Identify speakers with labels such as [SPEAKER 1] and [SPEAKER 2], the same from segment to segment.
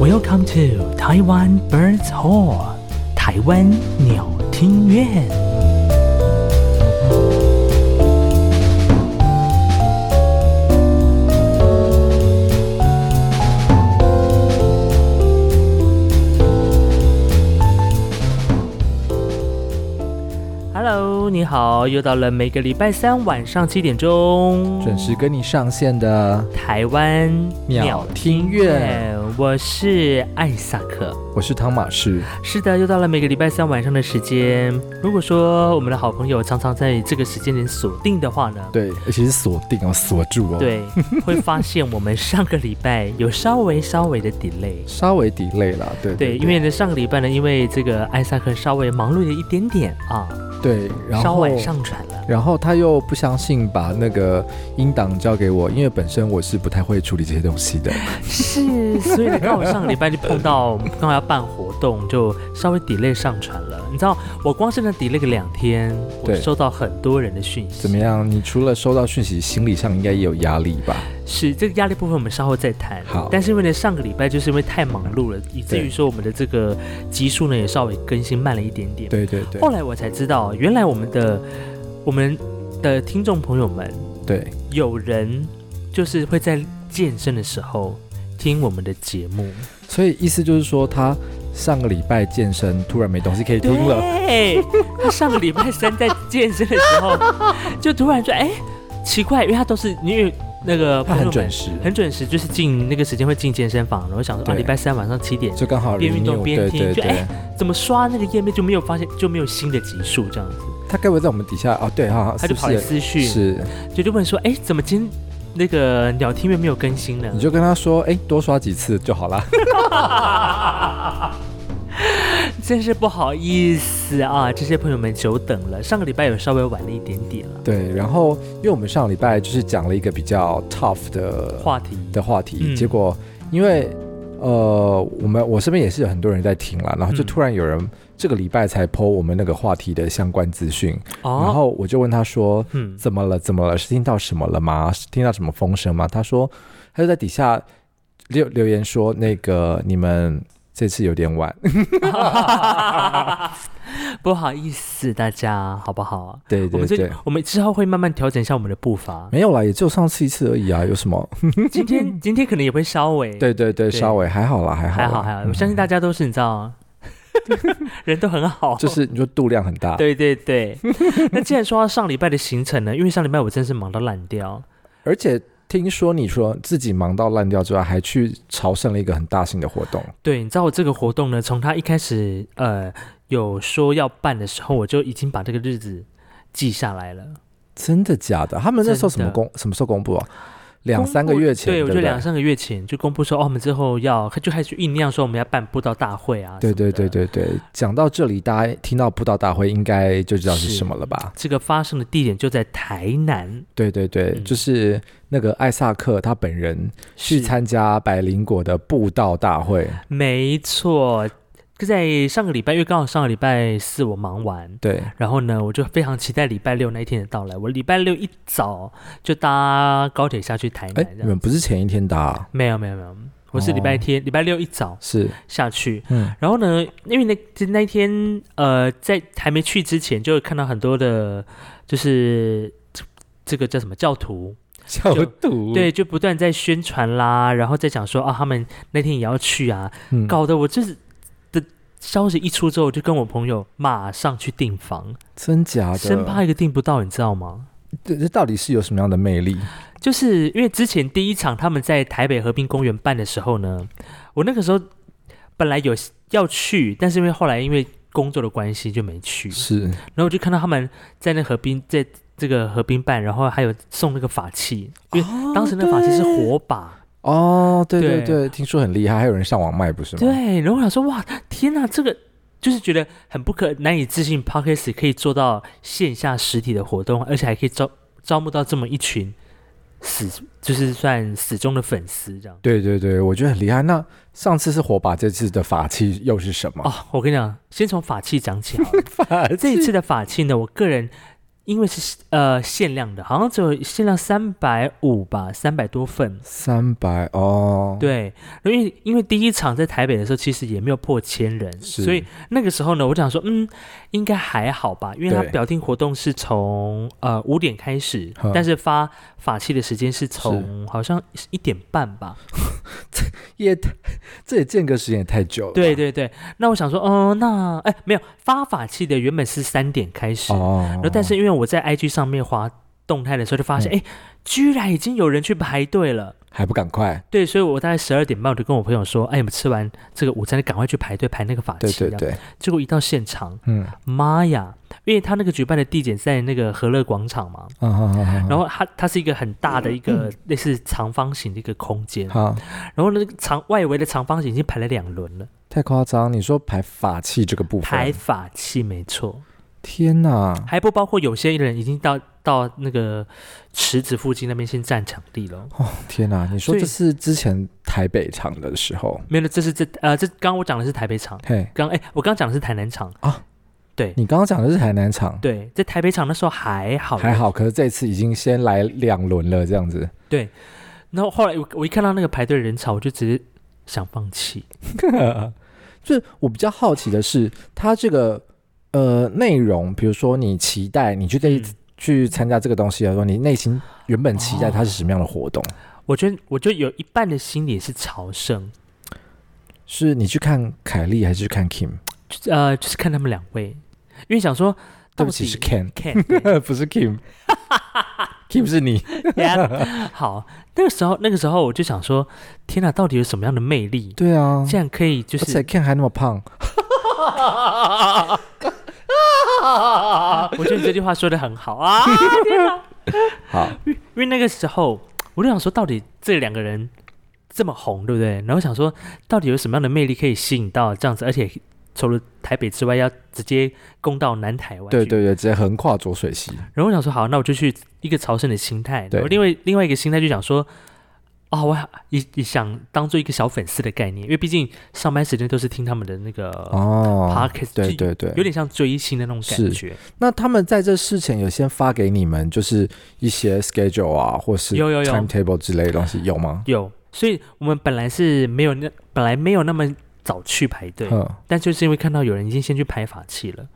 [SPEAKER 1] Welcome to Taiwan Birds Hall，台湾鸟听院。Hello，你好，又到了每个礼拜三晚上七点钟
[SPEAKER 2] 准时跟你上线的，
[SPEAKER 1] 台湾
[SPEAKER 2] 鸟听院，
[SPEAKER 1] 我是艾萨克。
[SPEAKER 2] 我是汤马士。
[SPEAKER 1] 是的，又到了每个礼拜三晚上的时间。如果说我们的好朋友常常在这个时间点锁定的话呢，
[SPEAKER 2] 对，而且是锁定哦，锁住哦，，
[SPEAKER 1] 对，会发现我们上个礼拜有稍微稍微的 delay。
[SPEAKER 2] 稍微 delay 啦，对
[SPEAKER 1] 对，因为呢上个礼拜呢，因为这个艾萨克稍微忙碌了一点点啊，
[SPEAKER 2] 对，然
[SPEAKER 1] 稍
[SPEAKER 2] 后
[SPEAKER 1] 晚上传了。
[SPEAKER 2] 然后他又不相信把那个音档交给我，因为本身我是不太会处理这些东西 的，
[SPEAKER 1] 是，所以呢，刚好上个礼拜就碰到嗯刚好要办活动，就稍微 delay 上传了。你知道，我光是那 delay 个两天，我
[SPEAKER 2] 对
[SPEAKER 1] 收到很多人的讯息。
[SPEAKER 2] 怎么样？你除了收到讯息，心理上应该也有压力吧？
[SPEAKER 1] 是这个压力部分，我们稍后再谈。
[SPEAKER 2] 好
[SPEAKER 1] 但是因为呢，上个礼拜就是因为太忙碌了，以至于
[SPEAKER 2] 对
[SPEAKER 1] 说我们的这个集数呢也稍微更新慢了一点点。
[SPEAKER 2] 对对对
[SPEAKER 1] 后来我才知道，原来我们的我们的听众朋友们
[SPEAKER 2] 对，
[SPEAKER 1] 有人就是会在健身的时候听我们的节目，
[SPEAKER 2] 所以意思就是说，他上个礼拜健身突然没东西可以听了，
[SPEAKER 1] 对，他上个礼拜三在健身的时候， 就突然说：“哎、奇怪，因为他都是因为那个朋
[SPEAKER 2] 他很
[SPEAKER 1] 友们
[SPEAKER 2] 准时，
[SPEAKER 1] 很准时，就是进那个时间会进健身房，然后想说啊，
[SPEAKER 2] 对
[SPEAKER 1] 礼拜三晚上七点
[SPEAKER 2] 就刚好
[SPEAKER 1] 边运
[SPEAKER 2] 你
[SPEAKER 1] 动
[SPEAKER 2] 有
[SPEAKER 1] 边
[SPEAKER 2] 对
[SPEAKER 1] 听
[SPEAKER 2] 对
[SPEAKER 1] 就
[SPEAKER 2] 对
[SPEAKER 1] 哎。怎么刷那个页面就没有发现就没有新的集数这样子，
[SPEAKER 2] 他该不会在我们底下哦？对哈，
[SPEAKER 1] 他就
[SPEAKER 2] 是不
[SPEAKER 1] 跑来
[SPEAKER 2] 是
[SPEAKER 1] 私
[SPEAKER 2] 也？
[SPEAKER 1] 讯，
[SPEAKER 2] 是，
[SPEAKER 1] 就就问说，哎，怎么今天那个鸟听院没有更新呢
[SPEAKER 2] 你？就跟他说，哎，多刷几次就好啦。
[SPEAKER 1] 真是不好意思啊，这些朋友们久等了。上个礼拜有稍微晚了一点点了，
[SPEAKER 2] 对，然后因为我们上礼拜就是讲了一个比较 tough 的
[SPEAKER 1] 话题
[SPEAKER 2] 的话题，
[SPEAKER 1] 嗯
[SPEAKER 2] 结果因为呃，我们我身边也是有很多人在听啦，然后就
[SPEAKER 1] 嗯
[SPEAKER 2] 突然有人这个礼拜才 PO 我们那个话题的相关资讯，然
[SPEAKER 1] 哦，
[SPEAKER 2] 后我就问他说。
[SPEAKER 1] 嗯，
[SPEAKER 2] 怎么了？怎么了？是听到什么了吗？是听到什么风声吗？他说，他就在底下留留言说，那个你们这次有点晚，
[SPEAKER 1] 不好意思大家，好不好？
[SPEAKER 2] 对
[SPEAKER 1] 我
[SPEAKER 2] 对
[SPEAKER 1] 们
[SPEAKER 2] 对
[SPEAKER 1] 这，我们之后会慢慢调整一下我们的步伐。
[SPEAKER 2] 没有啦，也只有上次一次而已啊，有什么？
[SPEAKER 1] 今 天今天可能也会稍微
[SPEAKER 2] 对对对，
[SPEAKER 1] 对
[SPEAKER 2] 稍微还好啦，还好
[SPEAKER 1] 还
[SPEAKER 2] 啦，
[SPEAKER 1] 好还好，
[SPEAKER 2] 嗯
[SPEAKER 1] 我相信大家都是你知道， 人都很好，
[SPEAKER 2] 就是你说度量很大，
[SPEAKER 1] 对对 对。那既然说到上礼拜的行程呢，因为上礼拜我真是忙到烂掉，
[SPEAKER 2] 而且听说你说自己忙到烂掉之外，还去朝圣了一个很大型的活动，
[SPEAKER 1] 对，你知道我这个活动呢，从他一开始呃有说要办的时候，我就已经把这个日子记下来了，
[SPEAKER 2] 真的假的？他们那时候什
[SPEAKER 1] 真的
[SPEAKER 2] 么公什么时候公布啊？两三个
[SPEAKER 1] 公布
[SPEAKER 2] 月前，
[SPEAKER 1] 对，
[SPEAKER 2] 对
[SPEAKER 1] 我
[SPEAKER 2] 不
[SPEAKER 1] 就两
[SPEAKER 2] 对？
[SPEAKER 1] 三个月前就公布说，哦，我们之后要就开始酝酿说我们要办布道大会啊，
[SPEAKER 2] 对对
[SPEAKER 1] 什么的。
[SPEAKER 2] 对对对，讲到这里，大家听到布道大会应该就知道是
[SPEAKER 1] 是
[SPEAKER 2] 什么了吧？
[SPEAKER 1] 这个发生的地点就在台南，
[SPEAKER 2] 对对对，
[SPEAKER 1] 嗯
[SPEAKER 2] 就是那个艾萨克他本人去
[SPEAKER 1] 是
[SPEAKER 2] 参加百灵果的布道大会，
[SPEAKER 1] 没错，就在上个礼拜，因为刚好上个礼拜四我忙完，
[SPEAKER 2] 对，
[SPEAKER 1] 然后呢，我就非常期待礼拜六那一天的到来。我礼拜六一早就搭高铁下去台南
[SPEAKER 2] 哎，，
[SPEAKER 1] 这
[SPEAKER 2] 你
[SPEAKER 1] 样、
[SPEAKER 2] 们不是前一天打、啊？
[SPEAKER 1] 没有没有没有，我是礼拜天、礼拜六一早
[SPEAKER 2] 是，
[SPEAKER 1] 下去。
[SPEAKER 2] 嗯，
[SPEAKER 1] 然后呢，因为那那一天呃，在还没去之前，就看到很多的，就是这个叫什么教徒，
[SPEAKER 2] 消
[SPEAKER 1] 就
[SPEAKER 2] 毒，
[SPEAKER 1] 对，就不断在宣传啦，然后再讲说啊，他们那天也要去啊，
[SPEAKER 2] 嗯，
[SPEAKER 1] 搞得我这的消息一出之后，我就跟我朋友马上去订房，
[SPEAKER 2] 真假的，
[SPEAKER 1] 生怕一个订不到，你知道吗？
[SPEAKER 2] 这这到底是有什么样的魅力？
[SPEAKER 1] 就是因为之前第一场他们在台北和平公园办的时候呢，我那个时候本来有要去，但是因为后来因为工作的关系就没去，
[SPEAKER 2] 是
[SPEAKER 1] 然后我就看到他们在那河滨在这个河滨办，然后还有送那个法器，因为当时那法器是火把。
[SPEAKER 2] 哦，对
[SPEAKER 1] 对
[SPEAKER 2] 对对，听说很厉害，还有人上网卖，不是吗？，
[SPEAKER 1] 对，然后我想说，哇，天哪，这个就是觉得很不可难以置信 p o c k e t 可以做到线下实体的活动，而且还可以招招募到这么一群死，就是算死忠的粉丝这样。
[SPEAKER 2] 对对对，我觉得很厉害。那上次是火把，这次的法器又是什么？
[SPEAKER 1] 哦，我跟你讲，先从法器讲起好了。
[SPEAKER 2] 法
[SPEAKER 1] 这一次的法器呢，我个人因为是呃限量的，好像只有限量三百五吧，三百多份。
[SPEAKER 2] 三百哦，，
[SPEAKER 1] 对，因为因为第一场在台北的时候，其实也没有破千人，
[SPEAKER 2] 是
[SPEAKER 1] 所以那个时候呢，我想说，嗯，应该还好吧，因为它
[SPEAKER 2] 对
[SPEAKER 1] 表定活动是从呃五点开始
[SPEAKER 2] 嗯，
[SPEAKER 1] 但是发法器的时间是从好像一点半吧。
[SPEAKER 2] 也太这也间隔时间也太久了吧，
[SPEAKER 1] 对对对，那我想说，哦、那哎没有发法器的原本是三点开始，
[SPEAKER 2] 哦，
[SPEAKER 1] 然后但是因为我在 IG 上面滑动态的时候，就发
[SPEAKER 2] 嗯
[SPEAKER 1] 现哎、居然已经有人去排队了。
[SPEAKER 2] 还不赶快，
[SPEAKER 1] 对，所以我大概十二点半我就跟我朋友说：“哎，你们吃完这个午餐，赶快去排队排那个法器。”啊
[SPEAKER 2] 对对。对，
[SPEAKER 1] 结果一到现场，
[SPEAKER 2] 嗯，
[SPEAKER 1] 妈呀！因为他那个举办的地点在那个和乐广场嘛，
[SPEAKER 2] 啊啊啊，
[SPEAKER 1] 然后它它是一个很大的一个类似长方形的一个空间，
[SPEAKER 2] 好，
[SPEAKER 1] 然后那个长外围的长方形已经排了两轮了，
[SPEAKER 2] 太夸张，你说排法器这个部分，
[SPEAKER 1] 排法器没错，
[SPEAKER 2] 天哪，
[SPEAKER 1] 还不包括有些人已经到到那个池子附近那边先占场地了。
[SPEAKER 2] 哦天哪，你说
[SPEAKER 1] 所以
[SPEAKER 2] 这是之前台北场的时候，
[SPEAKER 1] 没有，这是这呃这刚刚我讲的是台北场，
[SPEAKER 2] 嘿，
[SPEAKER 1] 刚哎我刚讲的是台南场，
[SPEAKER 2] 啊你刚刚讲的是台南场，
[SPEAKER 1] 对，在台北场那时候还好，
[SPEAKER 2] 还好，可是这次已经先来两轮了，这样子，
[SPEAKER 1] 然后后来我我一看到那个排队人潮，我就直接想放弃。
[SPEAKER 2] 就是我比较好奇的是，它这个呃内容，比如说你期待你去
[SPEAKER 1] 嗯
[SPEAKER 2] 这、
[SPEAKER 1] 哦
[SPEAKER 2] 去参加这个东西的时候，你内心原本期待它是什么样的活动？
[SPEAKER 1] 我觉得，我觉得有一半的心理是朝圣，
[SPEAKER 2] 是你去看凯莉还是去看 Kim？
[SPEAKER 1] 就是呃，就是看他们两位，因为想说，到
[SPEAKER 2] 对不
[SPEAKER 1] 底
[SPEAKER 2] 起，是 Ken，
[SPEAKER 1] 看，
[SPEAKER 2] 不是 Kim。Kim 是你，
[SPEAKER 1] Yeah 好，那个时候，那个时候我就想说，天哪，到底有什么样的魅力，
[SPEAKER 2] 对啊，
[SPEAKER 1] 竟然可以就
[SPEAKER 2] 而且
[SPEAKER 1] 是，
[SPEAKER 2] Ken 还那么胖，
[SPEAKER 1] 我觉得你这句话说的很好啊，天哪，
[SPEAKER 2] 好，
[SPEAKER 1] 因为那个时候我就想说，到底这两个人这么红，对不对？然后想说，到底有什么样的魅力可以吸引到这样子，而且除了台北之外，要直接攻到南台湾去。
[SPEAKER 2] 对对对，直接横跨浊水溪，
[SPEAKER 1] 然后我想说，好，那我就去一个朝圣的心态，
[SPEAKER 2] 对
[SPEAKER 1] 然后另外另外一个心态就想说，哦，我也也想当做一个小粉丝的概念，因为毕竟上班时间都是听他们的那个
[SPEAKER 2] 哦，
[SPEAKER 1] podcast，、
[SPEAKER 2] 对，对对，
[SPEAKER 1] 有点像追星的那种感
[SPEAKER 2] 是
[SPEAKER 1] 觉。
[SPEAKER 2] 那他们在这事前有先发给你们，就是一些 schedule 啊，或是
[SPEAKER 1] 有有有
[SPEAKER 2] timetable 之类的东西，有吗？
[SPEAKER 1] 有，所以我们本来是没有那本来没有那么早去排队，
[SPEAKER 2] 嗯，
[SPEAKER 1] 但就是因为看到有人已经先去排法器了，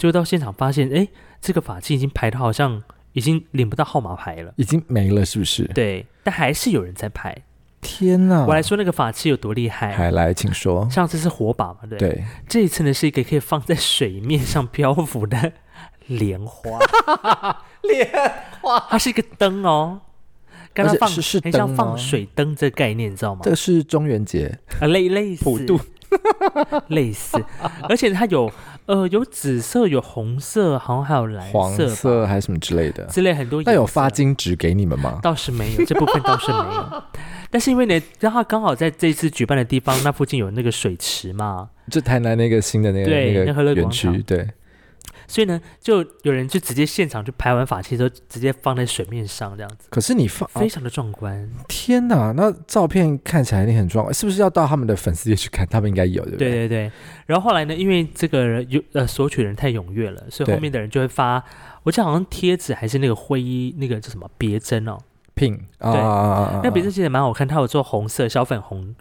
[SPEAKER 1] 就到现场发现，哎，这个法器已经排到好像已经领不到号码牌了。
[SPEAKER 2] 已经没了，是不是？
[SPEAKER 1] 对，但还是有人在排。
[SPEAKER 2] 天哪！
[SPEAKER 1] 我来说那个法器有多厉害。
[SPEAKER 2] 还来，请说。
[SPEAKER 1] 上次是火把嘛，对不对，
[SPEAKER 2] 对，
[SPEAKER 1] 这一次呢是一个可以放在水面上漂浮的莲 花，
[SPEAKER 2] 脸
[SPEAKER 1] 它是一个灯哦，跟它
[SPEAKER 2] 而且
[SPEAKER 1] 放
[SPEAKER 2] 是是
[SPEAKER 1] 很像
[SPEAKER 2] 灯哦吗
[SPEAKER 1] 放水灯这个概念，你知道吗？
[SPEAKER 2] 这是中元节
[SPEAKER 1] 啊，类类似
[SPEAKER 2] 普渡
[SPEAKER 1] 类似，而且它有呃有紫色，有红色，好像还有蓝
[SPEAKER 2] 黄
[SPEAKER 1] 色吧
[SPEAKER 2] 色还是什么之类的。
[SPEAKER 1] 之类很多。
[SPEAKER 2] 那有发？金纸给你们吗？
[SPEAKER 1] 倒是没有，这部分倒是没 有。但是因为呢，然后刚好在这次举办的地方，那附近有那个水池嘛，
[SPEAKER 2] 就台南那个新的那个
[SPEAKER 1] 对那和乐
[SPEAKER 2] 个
[SPEAKER 1] 广
[SPEAKER 2] 园区，
[SPEAKER 1] 场
[SPEAKER 2] 对，
[SPEAKER 1] 所以呢，就有人就直接现场就排完法器之后，直接放在水面上这样子，
[SPEAKER 2] 可是你放，啊
[SPEAKER 1] 非常的壮观。
[SPEAKER 2] 天哪！那照片看起来你很壮观，是不是要到他们的粉丝页去看？他们应该有，对不
[SPEAKER 1] 对？对对。然后后来呢，因为这个人有呃索取人太踊跃了，所以
[SPEAKER 2] 对
[SPEAKER 1] 后面的人就会发，我记得好像贴纸还是那个灰衣那个叫什么别针哦，
[SPEAKER 2] 拼啊啊啊啊！啊
[SPEAKER 1] 那别针其实蛮好看，它有做红色小粉红，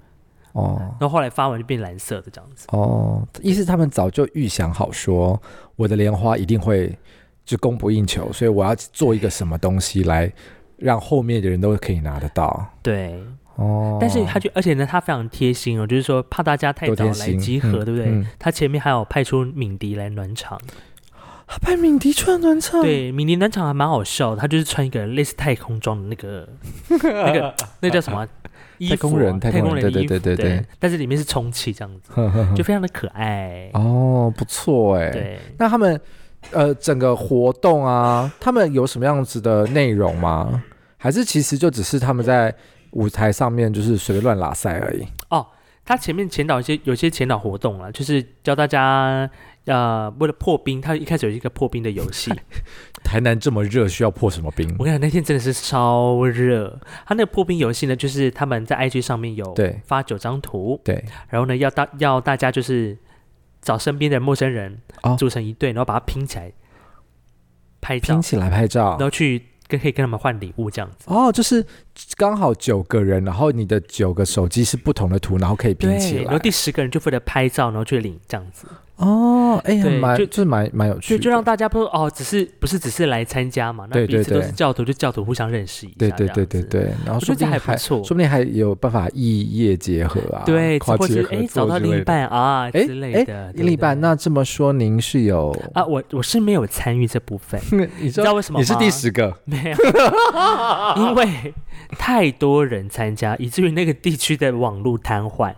[SPEAKER 2] 哦
[SPEAKER 1] 然后后来发完就变蓝色的这样子。
[SPEAKER 2] 哦，意思他们早就预想好说，我的莲花一定会就供不应求，所以我要做一个什么东西来让后面的人都可以拿得到。
[SPEAKER 1] 对，
[SPEAKER 2] 哦，
[SPEAKER 1] 但是他就，而且呢，他非常贴心哦，就是说怕大家太
[SPEAKER 2] 多
[SPEAKER 1] 早
[SPEAKER 2] 贴
[SPEAKER 1] 来
[SPEAKER 2] 心
[SPEAKER 1] 集合，
[SPEAKER 2] 嗯
[SPEAKER 1] 对不对？
[SPEAKER 2] 嗯
[SPEAKER 1] 他前面还有派出敏迪来暖场，
[SPEAKER 2] 他拍敏迪串暖唱，
[SPEAKER 1] 对，敏迪暖场还蛮好笑的，他就是穿一个类似太空装的那个 那个那叫什么啊衣服啊？
[SPEAKER 2] 太空人
[SPEAKER 1] 太
[SPEAKER 2] 太空人
[SPEAKER 1] 的
[SPEAKER 2] 对
[SPEAKER 1] 衣服
[SPEAKER 2] 对对对对
[SPEAKER 1] 但是里面是充气这样子，
[SPEAKER 2] 呵呵呵
[SPEAKER 1] 就非常的可爱。
[SPEAKER 2] 哦，不错哎。，
[SPEAKER 1] 对，
[SPEAKER 2] 那他们呃整个活动啊，他们有什么样子的内容吗？还是其实就只是他们在舞台上面就是随便乱拉塞而已？
[SPEAKER 1] 他前面前导一些有些前导活动啦，就是教大家呃，为了破冰，他一开始有一个破冰的游 戏，
[SPEAKER 2] 台南这么热，需要破什么冰？
[SPEAKER 1] 我跟你讲，那天真的是超热。他那个破冰游戏呢，就是他们在 IG 上面有
[SPEAKER 2] 对
[SPEAKER 1] 发九张图，
[SPEAKER 2] 对，
[SPEAKER 1] 然后呢要大要大家就是找身边的陌生人
[SPEAKER 2] 哦
[SPEAKER 1] 组成一队，然后把它拼起来。拍照
[SPEAKER 2] 拼，起来拍照
[SPEAKER 1] 然。后去跟可以跟他们换礼物这样子。
[SPEAKER 2] 哦，就是刚好九个人，然后你的九个手机是不同的图，然后可以拼起
[SPEAKER 1] 对，然后
[SPEAKER 2] 来。
[SPEAKER 1] 第十个人就负责拍照，然后去领这样子，
[SPEAKER 2] 哦，哎、
[SPEAKER 1] 对
[SPEAKER 2] 蛮
[SPEAKER 1] 就
[SPEAKER 2] 就是蛮蛮有趣
[SPEAKER 1] 就
[SPEAKER 2] 的，
[SPEAKER 1] 就让大家不哦，只是不是只是来参加嘛，那
[SPEAKER 2] 对
[SPEAKER 1] 彼
[SPEAKER 2] 对
[SPEAKER 1] 此都
[SPEAKER 2] 对
[SPEAKER 1] 是教徒，就教徒互相认识一下，
[SPEAKER 2] 对对对对。对，然后
[SPEAKER 1] 我觉
[SPEAKER 2] 说
[SPEAKER 1] 得这
[SPEAKER 2] 不定
[SPEAKER 1] 还
[SPEAKER 2] 还
[SPEAKER 1] 不错，
[SPEAKER 2] 说不定还有办法异业结合啊，
[SPEAKER 1] 对，
[SPEAKER 2] 跨
[SPEAKER 1] 或
[SPEAKER 2] 界
[SPEAKER 1] 是
[SPEAKER 2] 合
[SPEAKER 1] 哎找
[SPEAKER 2] 作
[SPEAKER 1] 到
[SPEAKER 2] 之
[SPEAKER 1] 另
[SPEAKER 2] 类
[SPEAKER 1] 一
[SPEAKER 2] 的。
[SPEAKER 1] 半啊
[SPEAKER 2] 哎
[SPEAKER 1] 之类的，对
[SPEAKER 2] 另一
[SPEAKER 1] 不
[SPEAKER 2] 半，
[SPEAKER 1] 对
[SPEAKER 2] 那这么说您是有
[SPEAKER 1] 啊，我我是没有参与这部分，
[SPEAKER 2] 你
[SPEAKER 1] 你
[SPEAKER 2] 知
[SPEAKER 1] 知道
[SPEAKER 2] 道
[SPEAKER 1] 为什么
[SPEAKER 2] 你是第
[SPEAKER 1] 吗
[SPEAKER 2] 十个，
[SPEAKER 1] 没有， 因为太多人参加，以至于那个地区的网络瘫痪。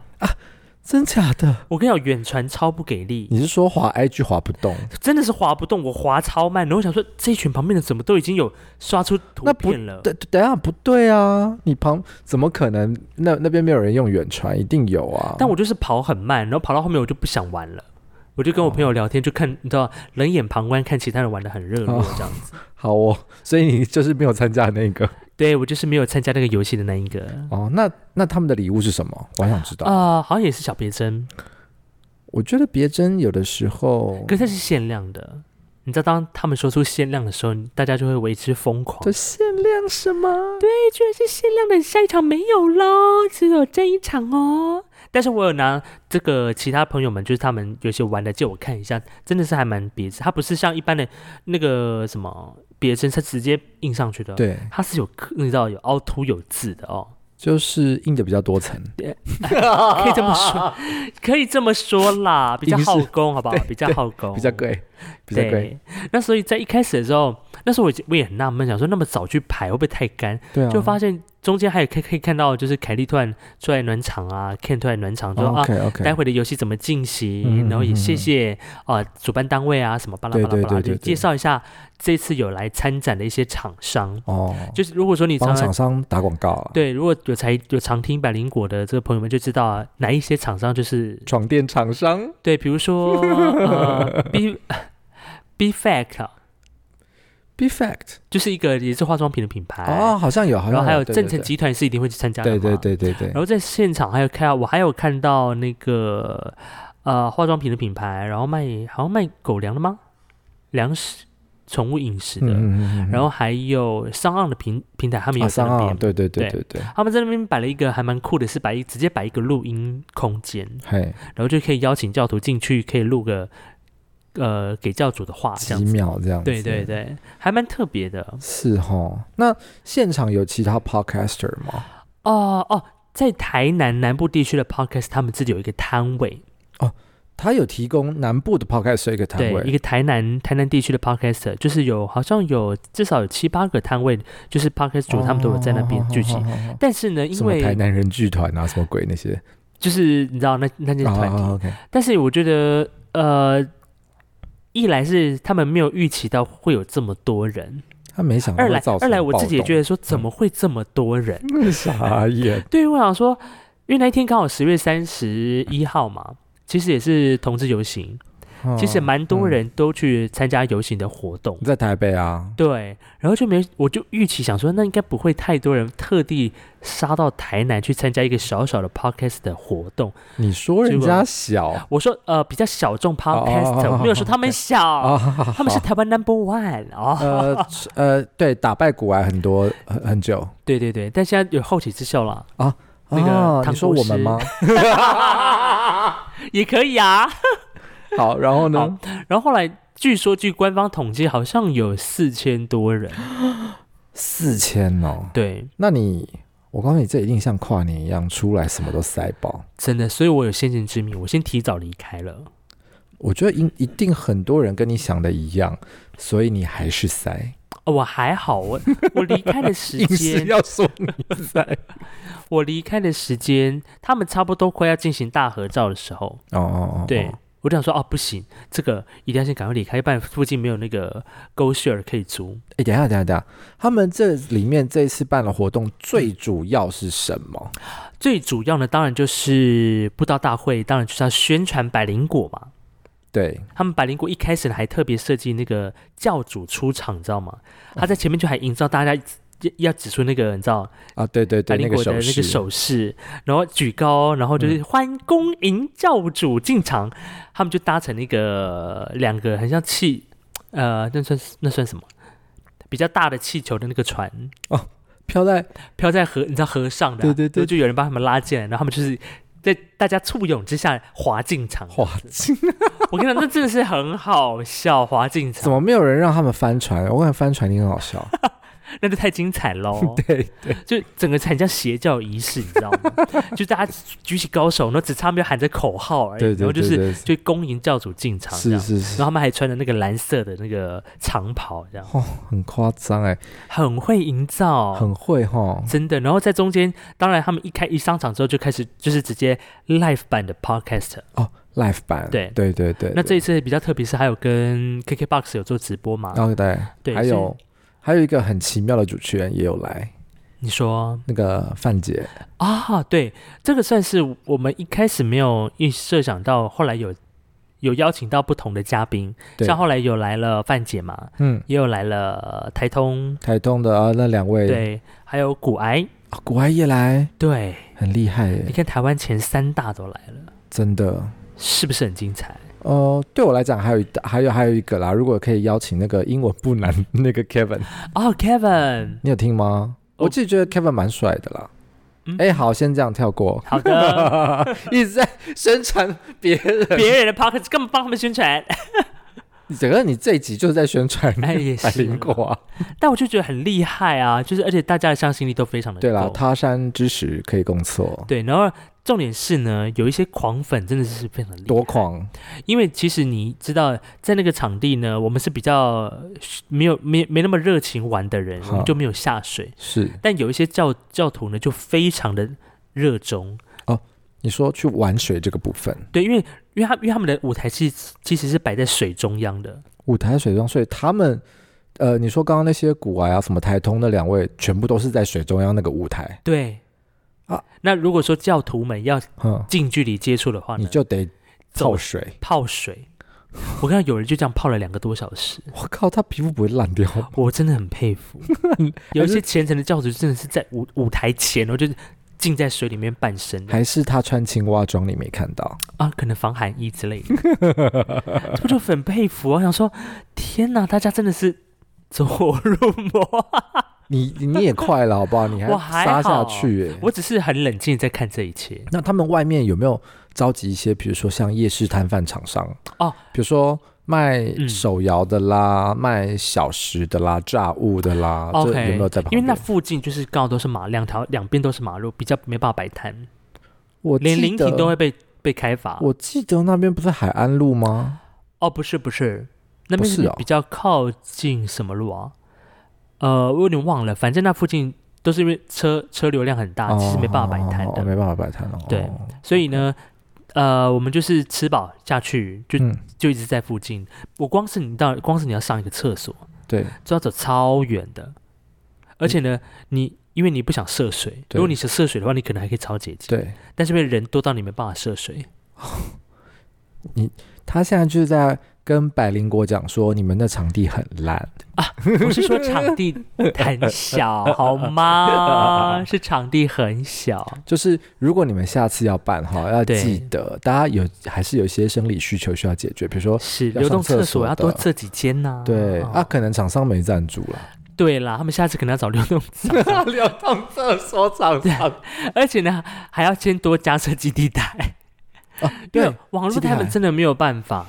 [SPEAKER 2] 真假的？
[SPEAKER 1] 我跟你讲，远传超不给力，
[SPEAKER 2] 你是说滑 IG 滑不动？
[SPEAKER 1] 真的是滑不动，我滑超慢。然后我想说，这一群旁边的怎么都已经有刷出图
[SPEAKER 2] 那不
[SPEAKER 1] 片了？
[SPEAKER 2] 对，等一下不对啊！你旁怎么可能？那那边没有人用远传，一定有啊。
[SPEAKER 1] 但我就是跑很慢，然后跑到后面我就不想玩了。我就跟我朋友聊天，就看你知道冷眼旁观，看其他人玩的很热络这样子。
[SPEAKER 2] 好哦，所以你就是没有参加那个
[SPEAKER 1] 对我就是没有参加那个游戏的那一个
[SPEAKER 2] 哦。那那他们的礼物是什么？我很想知道。
[SPEAKER 1] 啊、好像也是小别针，
[SPEAKER 2] 我觉得别针有的时候
[SPEAKER 1] 可是它是限量的。你知道，当他们说出限量的时候，大家就会为之疯狂。
[SPEAKER 2] 这限量什么？对，
[SPEAKER 1] 哎居然是限量的，下一场没有喽，只有这一场哦。但是我有拿这个其他朋友们，就是他们有些玩的借我看一下，真的是还蛮别致。它不是像一般的那个什么别针，它直接印上去的。，
[SPEAKER 2] 对，
[SPEAKER 1] 它是有刻你知道有凹凸有字的哦，
[SPEAKER 2] 就是印的比较多层，
[SPEAKER 1] 可以这么说，可以这么说啦，比较
[SPEAKER 2] 影视
[SPEAKER 1] 耗工，好不好？ 比较耗工，
[SPEAKER 2] 比较贵，比较贵。
[SPEAKER 1] 对，那所以在一开始的时候，那时候我已经我也很纳闷，想说那么早去排会不会太干？
[SPEAKER 2] 对啊，
[SPEAKER 1] 就发现中间还有可以可以看到，就是凯莉突然出来暖场啊，Ken 突然暖场，就说、
[SPEAKER 2] OK
[SPEAKER 1] 啊，待
[SPEAKER 2] OK，
[SPEAKER 1] 会的游戏怎么进行，
[SPEAKER 2] 哦嗯嗯
[SPEAKER 1] 然后也
[SPEAKER 2] 嗯
[SPEAKER 1] 谢
[SPEAKER 2] 嗯
[SPEAKER 1] 谢啊、主办单位啊什么巴拉
[SPEAKER 2] 对
[SPEAKER 1] 巴拉
[SPEAKER 2] 对
[SPEAKER 1] 巴拉，
[SPEAKER 2] 对
[SPEAKER 1] 就
[SPEAKER 2] 对
[SPEAKER 1] 介
[SPEAKER 2] 对
[SPEAKER 1] 绍一下这次有来参展的一些厂商。
[SPEAKER 2] 哦，
[SPEAKER 1] 就是如果说你常
[SPEAKER 2] 帮
[SPEAKER 1] 常
[SPEAKER 2] 厂商打广告啊，
[SPEAKER 1] 对，如果有才有常听百灵果的这个朋友们就知道啊，哪一些厂商就是
[SPEAKER 2] 床垫厂商
[SPEAKER 1] 对，比如说 呃 B B Fact 啊。
[SPEAKER 2] ，Be Fact
[SPEAKER 1] 就是一个也是化妆品的品牌
[SPEAKER 2] 哦，，好像有，好像
[SPEAKER 1] 然后还有
[SPEAKER 2] 对
[SPEAKER 1] 正
[SPEAKER 2] 对
[SPEAKER 1] 成
[SPEAKER 2] 对
[SPEAKER 1] 集团是一定会去参加的嘛，
[SPEAKER 2] 对对对对对
[SPEAKER 1] 啊然，后在现场还有看到，我还有看到那个呃化妆品的品牌，然后卖好像卖狗粮的吗？粮食、宠物饮食的，
[SPEAKER 2] 嗯
[SPEAKER 1] 然后还有上岸的平平台，他们也
[SPEAKER 2] 马
[SPEAKER 1] 有在
[SPEAKER 2] 上
[SPEAKER 1] 那边。
[SPEAKER 2] 啊，对对对
[SPEAKER 1] 对
[SPEAKER 2] 对对，
[SPEAKER 1] 他们在那边摆了一个还蛮酷的，是摆一直接摆一个录音空间，
[SPEAKER 2] 嘿，
[SPEAKER 1] 然后就可以邀请教徒进去，可以录个呃给教主的话这
[SPEAKER 2] 几
[SPEAKER 1] 样子。
[SPEAKER 2] 秒这样子，
[SPEAKER 1] 对对，对，还蛮特别的。
[SPEAKER 2] 是哈。那现场有其他 podcaster 吗？
[SPEAKER 1] 哦哦，在台南南部地区的 podcast，他们自己有一个摊位，
[SPEAKER 2] 他有提供南部的 podcaster 一个摊
[SPEAKER 1] 对，一
[SPEAKER 2] 位，
[SPEAKER 1] 个台南台南地区的 podcast，就是有好像有至少有七八个摊位，就是 podcast 主他们都有在那边聚集。
[SPEAKER 2] 哦。哦哦哦哦
[SPEAKER 1] 但是呢，因
[SPEAKER 2] 什么台
[SPEAKER 1] 为
[SPEAKER 2] 南人剧团啊，什么鬼那些
[SPEAKER 1] 就是你知道那那些
[SPEAKER 2] 啊
[SPEAKER 1] 团体，
[SPEAKER 2] 啊？OK，
[SPEAKER 1] 但是我觉得呃，一来是他们没有预期到会有这么多人，
[SPEAKER 2] 他没想到
[SPEAKER 1] 二
[SPEAKER 2] 哦会
[SPEAKER 1] 来
[SPEAKER 2] 造成
[SPEAKER 1] 二来我自己也觉
[SPEAKER 2] 得
[SPEAKER 1] 得说怎么会这么多人？
[SPEAKER 2] 傻眼，
[SPEAKER 1] 对，我想说，因为那一天刚好十月三十一号嘛，其实也是同志游行，
[SPEAKER 2] 哦
[SPEAKER 1] 其实蛮多
[SPEAKER 2] 嗯
[SPEAKER 1] 人都去参加游行的活动。
[SPEAKER 2] 在台北啊，
[SPEAKER 1] 对，然后就没，我就预期想说，那应该不会太多人特地杀到台南去参加一个小小的 podcast 的活动。
[SPEAKER 2] 你说人
[SPEAKER 1] 结果
[SPEAKER 2] 家小
[SPEAKER 1] 我说，呃，比较小众 podcast，、我没有说他们小，
[SPEAKER 2] 啊，好
[SPEAKER 1] 他们是
[SPEAKER 2] 好
[SPEAKER 1] 台湾 number one 哦。
[SPEAKER 2] 呃 是呃，对，打败古玩很多很很久。
[SPEAKER 1] 对对对，但现在有后起之秀了，那个
[SPEAKER 2] 啊，
[SPEAKER 1] 唐
[SPEAKER 2] 你说
[SPEAKER 1] 国
[SPEAKER 2] 我们
[SPEAKER 1] 师
[SPEAKER 2] 吗？
[SPEAKER 1] 也可以啊。
[SPEAKER 2] 好，然后呢
[SPEAKER 1] 好？然后后来据说据官方统计，好像有四千多人。
[SPEAKER 2] 四千哦，
[SPEAKER 1] 对，
[SPEAKER 2] 那你，我告诉你，这一定像跨年一样，出来什么都塞爆。
[SPEAKER 1] 真的，所以我有先见之明，我先提早离开了。
[SPEAKER 2] 我觉得一一定很多人跟你想的一样，所以你还是塞，
[SPEAKER 1] 哦，我还好，我我离开的时
[SPEAKER 2] 硬
[SPEAKER 1] 间
[SPEAKER 2] 是要说你塞。
[SPEAKER 1] 我离开的时间，他们差不多快要进行大合照的时候，
[SPEAKER 2] 哦哦哦，
[SPEAKER 1] 对、
[SPEAKER 2] 哦
[SPEAKER 1] 我就想说，哦，不行，这个一定要先赶快离开，不然附近没有那个 Go Share 可以租。
[SPEAKER 2] 哎，等一下，等一下，等一下，他们这里面这次办的活动最主要是什么？
[SPEAKER 1] 最主要呢，当然就是布道大会，当然就是要宣传百灵果嘛。
[SPEAKER 2] 对，
[SPEAKER 1] 他们百灵果一开始还特别设计那个教主出场，你知道吗？他在前面就还营造大家要要指出那个，你知道
[SPEAKER 2] 啊，对对
[SPEAKER 1] 百
[SPEAKER 2] 对，那
[SPEAKER 1] 灵
[SPEAKER 2] 个
[SPEAKER 1] 果的那
[SPEAKER 2] 手势，嗯
[SPEAKER 1] 个手势，然后举高，然后就是欢恭迎教主进场，他们就搭成那个两个很像气呃，那算是那算什么？比较大的气球的那个船
[SPEAKER 2] 飘在
[SPEAKER 1] 飘在河，你知道河上的啊、
[SPEAKER 2] 对对对
[SPEAKER 1] 然后就有人帮他们拉进来，然后他们就是在大家簇拥之下滑进场。
[SPEAKER 2] 滑进，
[SPEAKER 1] 我跟你讲，那真的是很好笑，滑进
[SPEAKER 2] 怎
[SPEAKER 1] 场，
[SPEAKER 2] 么没有人让他们翻船？我感觉翻船一定很好 笑。
[SPEAKER 1] 哎那就太精彩喽。
[SPEAKER 2] 对，
[SPEAKER 1] 就整个很像邪教仪式，你知道吗？ 就大家举起高手，然后只差没有喊着口号而已，
[SPEAKER 2] 对对
[SPEAKER 1] 然后就
[SPEAKER 2] 对
[SPEAKER 1] 是
[SPEAKER 2] 对
[SPEAKER 1] 就恭迎教主进场这
[SPEAKER 2] 是
[SPEAKER 1] 样。
[SPEAKER 2] 是
[SPEAKER 1] 然后
[SPEAKER 2] 是，哦
[SPEAKER 1] 他们还穿着那个蓝色的那个长袍，这样
[SPEAKER 2] 很夸张哎，
[SPEAKER 1] 很会营造，
[SPEAKER 2] 很会哦哈。
[SPEAKER 1] 真的。然后在中间，当然他们一开一上场之后就开始就是直接 live 版的 podcast。
[SPEAKER 2] 哦，live 版，
[SPEAKER 1] 对
[SPEAKER 2] 对对对。
[SPEAKER 1] 那这
[SPEAKER 2] 对
[SPEAKER 1] 一次比较特别是还有跟 KKBOX 有做直播嘛？
[SPEAKER 2] 哦对，
[SPEAKER 1] 对
[SPEAKER 2] 还有还有一个很奇妙的主持人也有来，
[SPEAKER 1] 你说
[SPEAKER 2] 那个范姐，
[SPEAKER 1] 啊，对，这个算是我们一开始没有预设想到，后来有有邀请到不同的嘉宾，
[SPEAKER 2] 对
[SPEAKER 1] 像后来有来了范姐嘛，
[SPEAKER 2] 嗯，
[SPEAKER 1] 也有来了台通，
[SPEAKER 2] 台东的啊，那两位，
[SPEAKER 1] 对，还有骨癌，
[SPEAKER 2] 啊，古埃也来，
[SPEAKER 1] 对，
[SPEAKER 2] 很厉害
[SPEAKER 1] 你
[SPEAKER 2] 耶，
[SPEAKER 1] 看台湾前三大都来了，
[SPEAKER 2] 真的。
[SPEAKER 1] 是不是很精彩？
[SPEAKER 2] 呃，对我来讲，还有一大还有还有一个啦，如果可以邀请那个英文不难 那个 Kevin，
[SPEAKER 1] 哦，Kevin，
[SPEAKER 2] 你有听吗？
[SPEAKER 1] 哦
[SPEAKER 2] 我自己觉得 Kevin 蛮帅的啦。
[SPEAKER 1] 嗯
[SPEAKER 2] 哎、好，先这样 跳过，
[SPEAKER 1] 好 的，
[SPEAKER 2] 一直在宣传别人。
[SPEAKER 1] 别人的 Pocket 根本帮他们宣传，
[SPEAKER 2] 整个你这一集就是在宣传
[SPEAKER 1] 哎也
[SPEAKER 2] 百
[SPEAKER 1] 是
[SPEAKER 2] 灵果啊。
[SPEAKER 1] 但我就觉得很厉害啊，就是而且大家的向心力都非常的
[SPEAKER 2] 对啦，
[SPEAKER 1] 够
[SPEAKER 2] 他山之石可以攻错，
[SPEAKER 1] 对，然后重点是呢，有一些狂粉真的是非常厉害
[SPEAKER 2] 多狂！
[SPEAKER 1] 因为其实你知道，在那个场地呢，我们是比较没有没没那么热情玩的人，
[SPEAKER 2] 好
[SPEAKER 1] 我们就没有下水。
[SPEAKER 2] 是
[SPEAKER 1] 但有一些教教徒呢，就非常的热衷，
[SPEAKER 2] 你说去玩水这个部分，
[SPEAKER 1] 对，因为因为他因为他们的舞台其实其实是摆在水中央的，
[SPEAKER 2] 舞台水中，所以他们。呃，你说刚刚那些古玩啊，什么台通那两位，全部都是在水中央那个舞台，
[SPEAKER 1] 对
[SPEAKER 2] 啊。
[SPEAKER 1] 那如果说教徒们要
[SPEAKER 2] 嗯，
[SPEAKER 1] 近距离接触的话
[SPEAKER 2] 你
[SPEAKER 1] 呢，
[SPEAKER 2] 就得
[SPEAKER 1] 走
[SPEAKER 2] 泡水。
[SPEAKER 1] 泡水。我看到有人就这样泡了两个多小时，
[SPEAKER 2] 我靠，他皮肤不会烂掉吗？
[SPEAKER 1] 我真的很佩服。 有一些虔诚的教主真的是在舞舞台前，然后就是浸在水里面半身的。
[SPEAKER 2] 还是他穿青蛙装你没看到？
[SPEAKER 1] 啊，可能防寒衣之类的，这不就很佩服啊？我想说，天哪，大家真的是走火入魔。
[SPEAKER 2] 你你也快了好不好？你还
[SPEAKER 1] 我还
[SPEAKER 2] 杀下
[SPEAKER 1] 好
[SPEAKER 2] 去、欸？
[SPEAKER 1] 我只是很冷静地在看这一切。
[SPEAKER 2] 那他们外面有没有召集一些，比如说像夜市摊贩厂商
[SPEAKER 1] 哦，
[SPEAKER 2] 比如说卖
[SPEAKER 1] 嗯
[SPEAKER 2] 手摇的啦、卖小食的啦、炸物的啦，这
[SPEAKER 1] OK，
[SPEAKER 2] 有没有在旁
[SPEAKER 1] 因为
[SPEAKER 2] 边？
[SPEAKER 1] 那附近就是刚好都是马，两条两边都是马路，比较没办法摆摊，
[SPEAKER 2] 我
[SPEAKER 1] 连
[SPEAKER 2] 记
[SPEAKER 1] 临
[SPEAKER 2] 得
[SPEAKER 1] 停都会被被开罚。
[SPEAKER 2] 我记得那边不是海岸路吗？
[SPEAKER 1] 哦，不是不是，那边
[SPEAKER 2] 不是
[SPEAKER 1] 是
[SPEAKER 2] 哦
[SPEAKER 1] 比较靠近什么路啊？呃，我有点忘了，反正那附近都是因为车车流量很啊大，其实没办法摆摊
[SPEAKER 2] 哦
[SPEAKER 1] 的。
[SPEAKER 2] 没办法摆摊哦。
[SPEAKER 1] 对所以呢，呃，我们就是吃饱下去，就、
[SPEAKER 2] 嗯
[SPEAKER 1] 就一直在附近。我光是你到，光是你要上一个厕所，
[SPEAKER 2] 对，
[SPEAKER 1] 就要走超远的，而且呢，你因为你不想涉水，
[SPEAKER 2] 对
[SPEAKER 1] 如果你想涉水的话，你可能还可以超捷径，
[SPEAKER 2] 对，
[SPEAKER 1] 但是因为人多到你没办法涉水，
[SPEAKER 2] 他现在就是在跟百灵果讲说，你们的场地很烂。
[SPEAKER 1] 我是说场地很小，好 吗？是场地很小，
[SPEAKER 2] 就是如果你们下次要办哈，要
[SPEAKER 1] 对
[SPEAKER 2] 记得大家有还是有一些生理需求需要解决，比如说
[SPEAKER 1] 是
[SPEAKER 2] 要
[SPEAKER 1] 流动
[SPEAKER 2] 上厕
[SPEAKER 1] 厕
[SPEAKER 2] 所
[SPEAKER 1] 所要多
[SPEAKER 2] 的
[SPEAKER 1] 这几间呐、
[SPEAKER 2] 对、
[SPEAKER 1] 哦
[SPEAKER 2] 啊，可能厂商没赞助
[SPEAKER 1] 对啦，他们下次可能要找流动厕所，
[SPEAKER 2] 了， 流动厕所厂商，
[SPEAKER 1] 而且呢还要先多加设基地台。因为
[SPEAKER 2] 哦对。
[SPEAKER 1] 网络
[SPEAKER 2] 基地
[SPEAKER 1] 他们
[SPEAKER 2] 台
[SPEAKER 1] 真的没有办法，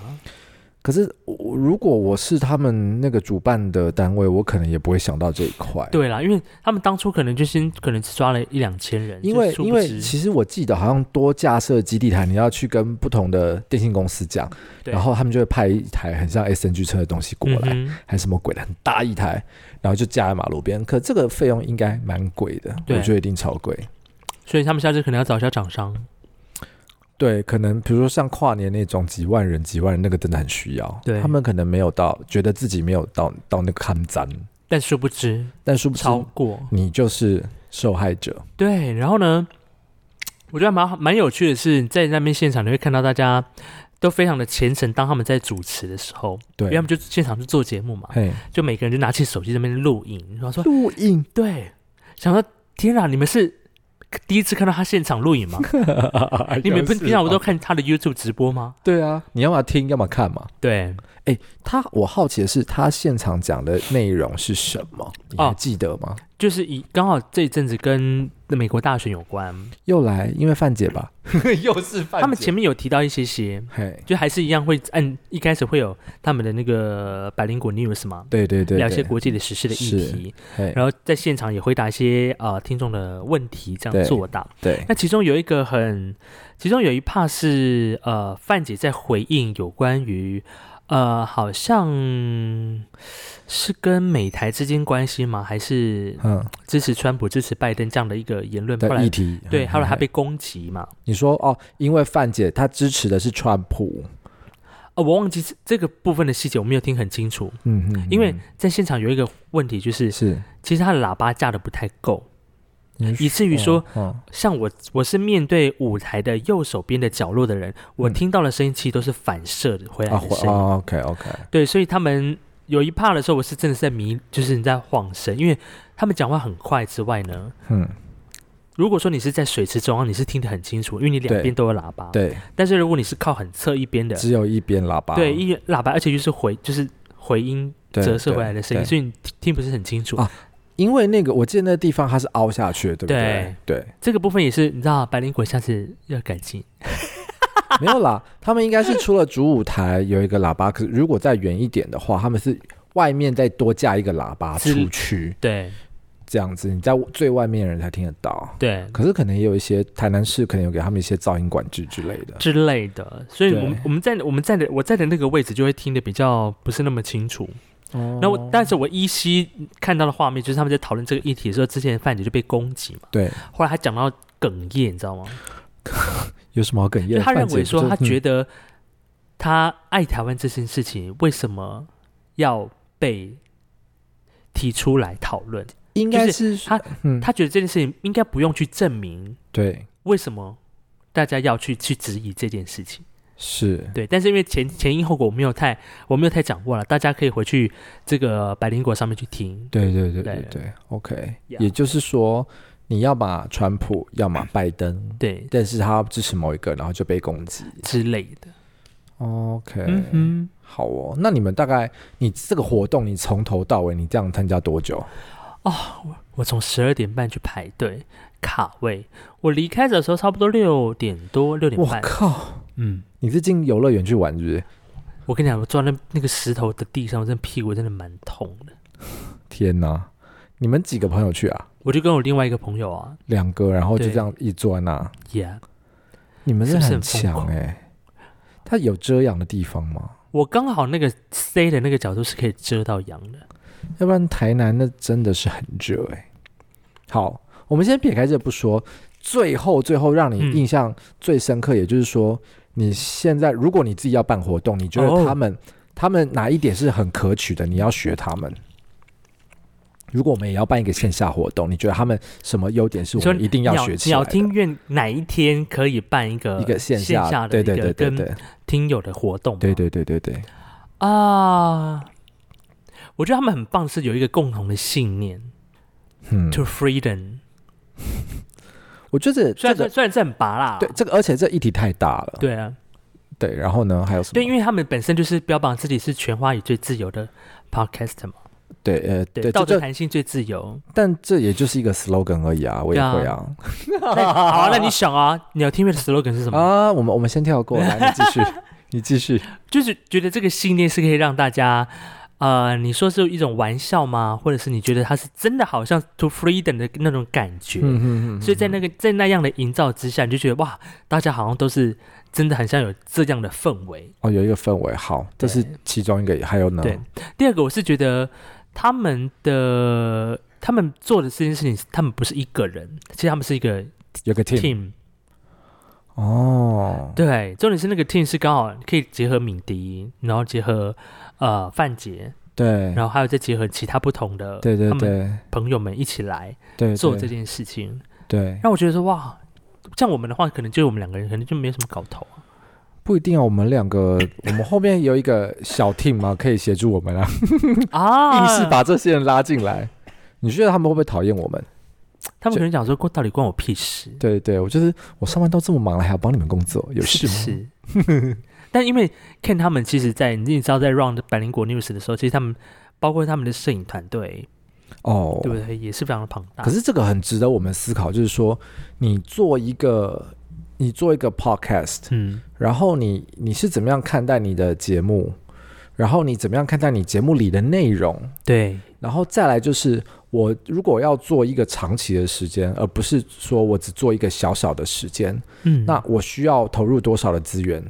[SPEAKER 2] 可是我如果我是他们那个主办的单位，我可能也不会想到这一块。，
[SPEAKER 1] 对啦，因为他们当初可能就先可能只抓了一两千人，
[SPEAKER 2] 因为
[SPEAKER 1] 就殊不
[SPEAKER 2] 因为
[SPEAKER 1] 知
[SPEAKER 2] 其实我记得好像多架设基地台，你要去跟不同的电信公司讲，
[SPEAKER 1] 对
[SPEAKER 2] 然后他们就会派一台很像 SNG 车的东西过来。
[SPEAKER 1] 嗯哼
[SPEAKER 2] 还是什么鬼的，很大一台，然后就架在马路边。可这个费用应该蛮贵的，我
[SPEAKER 1] 对
[SPEAKER 2] 觉得一定超贵。
[SPEAKER 1] 所以他们下次可能要找一下厂商。
[SPEAKER 2] 对，可能比如说像跨年那种几万人、几万人，那个真的很需要。
[SPEAKER 1] 对
[SPEAKER 2] 他们可能没有到，觉得自己没有到到那个抗战，
[SPEAKER 1] 但殊不知
[SPEAKER 2] 但殊不知
[SPEAKER 1] 超过
[SPEAKER 2] 你就是受害者。
[SPEAKER 1] 对，然后呢，我觉得蛮蛮有趣的是，在那边现场你会看到大家都非常的虔诚，当他们在主持的时候，因为
[SPEAKER 2] 对
[SPEAKER 1] 他，们就现场就做节目嘛，
[SPEAKER 2] 嘿，
[SPEAKER 1] 就每个 人就拿起手机在那边录影，然后说
[SPEAKER 2] 录影
[SPEAKER 1] 对，想说天啊，你们是第一次看到他现场录 影吗？ 你们不是平常我都看他的 YouTube 直播吗？
[SPEAKER 2] 对啊，你要么听，要么看嘛。
[SPEAKER 1] 对，
[SPEAKER 2] 他，我好奇的是，他现场讲的内容是什
[SPEAKER 1] 哦
[SPEAKER 2] 么？你还记得吗？
[SPEAKER 1] 就是以刚好这一阵子跟美国大选有关，
[SPEAKER 2] 又来，因为范姐吧， 又是范
[SPEAKER 1] 他们前面有提到一些些，
[SPEAKER 2] 嘿，
[SPEAKER 1] 就还是一样会按一开始会有他们的那个百灵果 news 嘛，
[SPEAKER 2] 对对对，
[SPEAKER 1] 聊一些
[SPEAKER 2] 对
[SPEAKER 1] 国际的时事的议
[SPEAKER 2] 是
[SPEAKER 1] 题，
[SPEAKER 2] 嘿，
[SPEAKER 1] 然后在现场也回答一些呃听众的问题，这
[SPEAKER 2] 对
[SPEAKER 1] 样作答。
[SPEAKER 2] 对，
[SPEAKER 1] 那其中有一个很，其中有一 part 是呃范姐在回应有关于呃好像是跟美台之间关系吗？还是
[SPEAKER 2] 嗯，
[SPEAKER 1] 支持川普、支持拜登这样的一个言论？后
[SPEAKER 2] 的议
[SPEAKER 1] 来
[SPEAKER 2] 题，嗯
[SPEAKER 1] 对，后来他
[SPEAKER 2] 还
[SPEAKER 1] 被攻击嘛？
[SPEAKER 2] 你说哦，因为范姐她支持的是川普，
[SPEAKER 1] 哦，我忘记这这个部分的细节，我没有听很清楚。
[SPEAKER 2] 嗯嗯，
[SPEAKER 1] 因为
[SPEAKER 2] 嗯
[SPEAKER 1] 在现场有一个问题，就是
[SPEAKER 2] 是
[SPEAKER 1] 其实他的喇叭架的不太够，
[SPEAKER 2] 你
[SPEAKER 1] 以至于说，
[SPEAKER 2] 嗯
[SPEAKER 1] 像我我是面对舞台的右手边的角落的人，我
[SPEAKER 2] 嗯
[SPEAKER 1] 听到的声音其实都是反射的回来
[SPEAKER 2] 啊，
[SPEAKER 1] 的声音。
[SPEAKER 2] 哦，OK OK，
[SPEAKER 1] 对，所以他们有一趴的时候，我是真的是在迷，就是你在晃神，因为他们讲话很快之外呢，
[SPEAKER 2] 嗯，
[SPEAKER 1] 如果说你是在水池中央，你是听得很清楚，因为你两
[SPEAKER 2] 对
[SPEAKER 1] 边都有喇叭。。
[SPEAKER 2] 对，
[SPEAKER 1] 但是如果你是靠很侧一边的，
[SPEAKER 2] 只有一边喇叭，
[SPEAKER 1] 对，一喇叭，而且就是回就是回音
[SPEAKER 2] 对
[SPEAKER 1] 折射回
[SPEAKER 2] 对
[SPEAKER 1] 来的声
[SPEAKER 2] 对
[SPEAKER 1] 音，所以你听听不是很清楚。
[SPEAKER 2] 啊因为那个我记得那个地方它是凹下去的，对不对？对，
[SPEAKER 1] 这个部分也是你知道，白灵鬼下次要改进。
[SPEAKER 2] 没有啦， 他们应该是除了主舞台有一个喇叭，可是如果再远一点的话，他们是外面再多加一个喇叭
[SPEAKER 1] 是
[SPEAKER 2] 出去，
[SPEAKER 1] 对
[SPEAKER 2] 这样子你在最外面的人才听得到。
[SPEAKER 1] 对
[SPEAKER 2] 可是可能也有一些台南市可能有给他们一些噪音管制之类的。
[SPEAKER 1] 之类的，所以
[SPEAKER 2] 对
[SPEAKER 1] 我们我们在我们在的我在的那个位置就会听得比较不是那么清楚。
[SPEAKER 2] 哦
[SPEAKER 1] 那我，但是我依稀看到的画面就是他们在讨论这个议题的时候，之前范姐就被攻击嘛，
[SPEAKER 2] 对
[SPEAKER 1] 后来他讲到哽咽，你知道吗？
[SPEAKER 2] 有什么好哽咽
[SPEAKER 1] 就
[SPEAKER 2] 的？
[SPEAKER 1] 他认为说，他觉
[SPEAKER 2] 得
[SPEAKER 1] 得他爱台湾这件事情为什么要被提出来讨论？
[SPEAKER 2] 应该是
[SPEAKER 1] 他，
[SPEAKER 2] 嗯，
[SPEAKER 1] 他觉得这件事情应该不用去证明
[SPEAKER 2] 对
[SPEAKER 1] 为什么大家要去去质疑这件事情。
[SPEAKER 2] 是
[SPEAKER 1] 对，但是因为前前因后果我没有太我没有太掌握了，大家可以回去这个百灵果上面去听。
[SPEAKER 2] 对对对对
[SPEAKER 1] 对
[SPEAKER 2] 对，OK。
[SPEAKER 1] Yeah
[SPEAKER 2] 也就是说，你要么川普，要么拜登，
[SPEAKER 1] 对
[SPEAKER 2] 但是他支持某一个，然后就被攻击。
[SPEAKER 1] 之类的，
[SPEAKER 2] OK，、
[SPEAKER 1] 嗯哼。
[SPEAKER 2] 好哦。那你们大概你这个活动，你从头到尾你这样参加多久？
[SPEAKER 1] 我从十二点半去排队卡位，我离开的时候差不多六点多六点
[SPEAKER 2] 我
[SPEAKER 1] 半。
[SPEAKER 2] 靠！
[SPEAKER 1] 嗯，
[SPEAKER 2] 你是进游乐园去玩是不是？
[SPEAKER 1] 我跟你讲，我坐在那那个石头的地上，我真的屁股真的蛮痛的。
[SPEAKER 2] 天哪！你们几个朋友去啊？
[SPEAKER 1] 我就跟我另外一个朋友啊
[SPEAKER 2] 两个，然后就
[SPEAKER 1] 对
[SPEAKER 2] 这样一坐在那，
[SPEAKER 1] ，Yeah，
[SPEAKER 2] 你们
[SPEAKER 1] 是
[SPEAKER 2] 是
[SPEAKER 1] 不是
[SPEAKER 2] 很
[SPEAKER 1] 很疯
[SPEAKER 2] 强
[SPEAKER 1] 狂
[SPEAKER 2] 哎、他有遮阳的地方吗？
[SPEAKER 1] 我刚好那个 C 的那个角度是可以遮到阳的。
[SPEAKER 2] 要不然台南那真的是很热哎、好，我们先撇开这不说，最后最后让你
[SPEAKER 1] 嗯
[SPEAKER 2] 印象最深刻，也就是说，你现在如果你自己要办活动，你觉得
[SPEAKER 1] 哦
[SPEAKER 2] 他们、他们哪一点是很可取的，你要学他们。如果我们也要办一个线下活动，你觉得他们什么优点是
[SPEAKER 1] 你
[SPEAKER 2] 我
[SPEAKER 1] 说
[SPEAKER 2] 们一定要
[SPEAKER 1] 鸟
[SPEAKER 2] 学起来
[SPEAKER 1] 鸟
[SPEAKER 2] 的？
[SPEAKER 1] 听院哪一天可以办一个
[SPEAKER 2] 一个线
[SPEAKER 1] 下的
[SPEAKER 2] 对
[SPEAKER 1] 一
[SPEAKER 2] 对对
[SPEAKER 1] 个
[SPEAKER 2] 对
[SPEAKER 1] 跟
[SPEAKER 2] 对
[SPEAKER 1] 听友的活动吗？
[SPEAKER 2] 对对对对对，
[SPEAKER 1] 啊，我觉得他们很棒，是有一个共同的信念
[SPEAKER 2] 嗯，
[SPEAKER 1] ，to freedom。
[SPEAKER 2] 我觉得
[SPEAKER 1] 虽
[SPEAKER 2] 这
[SPEAKER 1] 然说
[SPEAKER 2] 个
[SPEAKER 1] 虽然这很拔啦，
[SPEAKER 2] 对这个，而且这议题太大了，
[SPEAKER 1] 对啊，
[SPEAKER 2] 对，然后呢还有什么？
[SPEAKER 1] 对，因为他们本身就是标榜自己是全花语最自由的 podcast 嘛，
[SPEAKER 2] 对呃
[SPEAKER 1] 对，
[SPEAKER 2] 对，
[SPEAKER 1] 道德
[SPEAKER 2] 这这
[SPEAKER 1] 弹性最自 由。
[SPEAKER 2] 但这也就是一个 slogan 而已啊，我也会啊。
[SPEAKER 1] 那好啊，那你想啊，鸟听乐的 slogan 是什么？
[SPEAKER 2] 啊，我们我们先跳过，来 你继续，你继续。
[SPEAKER 1] 就是觉得这个信念是可以让大家，呃，你说是一种玩笑吗？或者是你觉得它是真的好像 to freedom 的那种感觉？
[SPEAKER 2] 嗯嗯
[SPEAKER 1] 所以在那个在那样的营造之下，你就觉得哇，大家好像都是真的很像有这样的氛围。
[SPEAKER 2] 哦，有一个氛围，好，这
[SPEAKER 1] 对
[SPEAKER 2] 是其中一个，还有呢？
[SPEAKER 1] 对，第二个我是觉得他们的他们做的这件事情，他们不是一个人，其实他们是一个
[SPEAKER 2] 有个 team。
[SPEAKER 1] team。
[SPEAKER 2] 哦，
[SPEAKER 1] 对，重点是那个 team 是刚好可以结合敏迪，然后结合呃范杰，
[SPEAKER 2] 对，
[SPEAKER 1] 然后还有再结合其他不同的
[SPEAKER 2] 对对
[SPEAKER 1] 他们
[SPEAKER 2] 对
[SPEAKER 1] 朋友们一起来
[SPEAKER 2] 对，
[SPEAKER 1] 做这
[SPEAKER 2] 对
[SPEAKER 1] 件事情，
[SPEAKER 2] 对，
[SPEAKER 1] 让我觉得说哇，像我们的话，可能就我们两个人，可能就没有什么搞头啊。
[SPEAKER 2] 不一定啊。我们两个，我们后面有一个小 team 嘛，可以协助我们啊，
[SPEAKER 1] 啊
[SPEAKER 2] 硬是把这些人拉进来。你觉得他们会不会讨厌我们？
[SPEAKER 1] 他们可能讲说，关到底关我屁事？
[SPEAKER 2] 对对，我就是我上班都这么忙了，还要帮你们工作，有
[SPEAKER 1] 是
[SPEAKER 2] 事
[SPEAKER 1] 不
[SPEAKER 2] 吗？
[SPEAKER 1] 是？ 但因为看他们，其实在，你知道，在 Round 百灵果 News 的时候，其实他们包括他们的摄影团队，
[SPEAKER 2] 哦，
[SPEAKER 1] 对不对？也是非常的庞大。
[SPEAKER 2] 可是这个很值得我们思考，就是说，你做一个你做一个 podcast，
[SPEAKER 1] 嗯，
[SPEAKER 2] 然后你你是怎么样看待你的节目，然后你怎么样看待你节目里的内容，
[SPEAKER 1] 对，
[SPEAKER 2] 然后再来就是我如果要做一个长期的时间，而不是说我只做一个小小的时间，
[SPEAKER 1] 嗯，
[SPEAKER 2] 那我需要投入多少的资源？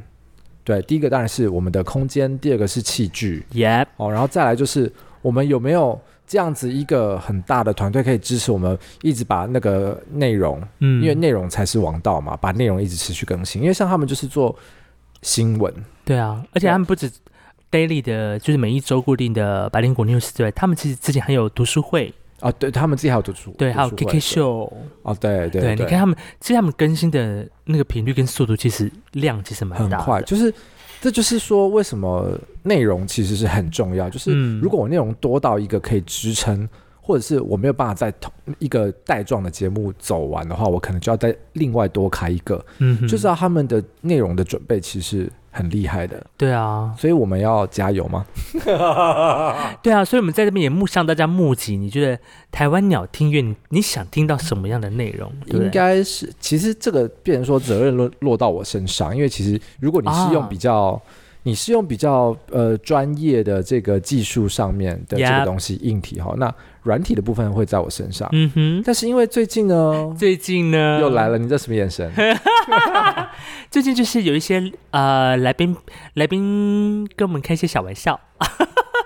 [SPEAKER 2] 对，第一个当然是我们的空间，第二个是器具
[SPEAKER 1] Yep，
[SPEAKER 2] 哦，然后再来就是我们有没有这样子一个很大的团队可以支持我们一直把那个内容，
[SPEAKER 1] 嗯，
[SPEAKER 2] 因为内容才是王道嘛，把内容一直持续更新。因为像他们就是做新闻，
[SPEAKER 1] 对啊，而且他们不止 daily 的，就是每一周固定的百灵果 News 之外，他们其实之前还有读书会，
[SPEAKER 2] 啊，对他们自己还有读书，
[SPEAKER 1] 对，还有
[SPEAKER 2] 读书
[SPEAKER 1] KK
[SPEAKER 2] 会
[SPEAKER 1] 秀，
[SPEAKER 2] 哦，对对
[SPEAKER 1] 你看他们，其实他们更新的那个频率跟速度，其实量其实蛮
[SPEAKER 2] 很
[SPEAKER 1] 大的，
[SPEAKER 2] 快，就是这就是说为什么内容其实是很重要，就是
[SPEAKER 1] 嗯
[SPEAKER 2] 如果我内容多到一个可以支撑，或者是我没有办法在同一个带状的节目走完的话，我可能就要再另外多开一个。
[SPEAKER 1] 嗯哼，
[SPEAKER 2] 就知道他们的内容的准备其实很厉害的，
[SPEAKER 1] 对啊，
[SPEAKER 2] 所以我们要加油吗？
[SPEAKER 1] 对啊，所以我们在这边也目向大家募集，你觉得台湾鸟听乐，你你想听到什么样的内容？对不对
[SPEAKER 2] 应该是，其实这个变成说责任落落到我身上，因为其实如果你是用
[SPEAKER 1] 啊
[SPEAKER 2] 比较，你是用比较呃专业的这个技术上面的这
[SPEAKER 1] Yep
[SPEAKER 2] 个东西硬体哈，那软体的部分会在我身上。
[SPEAKER 1] 嗯呃哼，
[SPEAKER 2] 但是因为最近 呢，
[SPEAKER 1] 最近呢
[SPEAKER 2] 又来了，你这什么 眼神？
[SPEAKER 1] 最近就是有一些呃来宾来宾跟我们开一些小玩笑，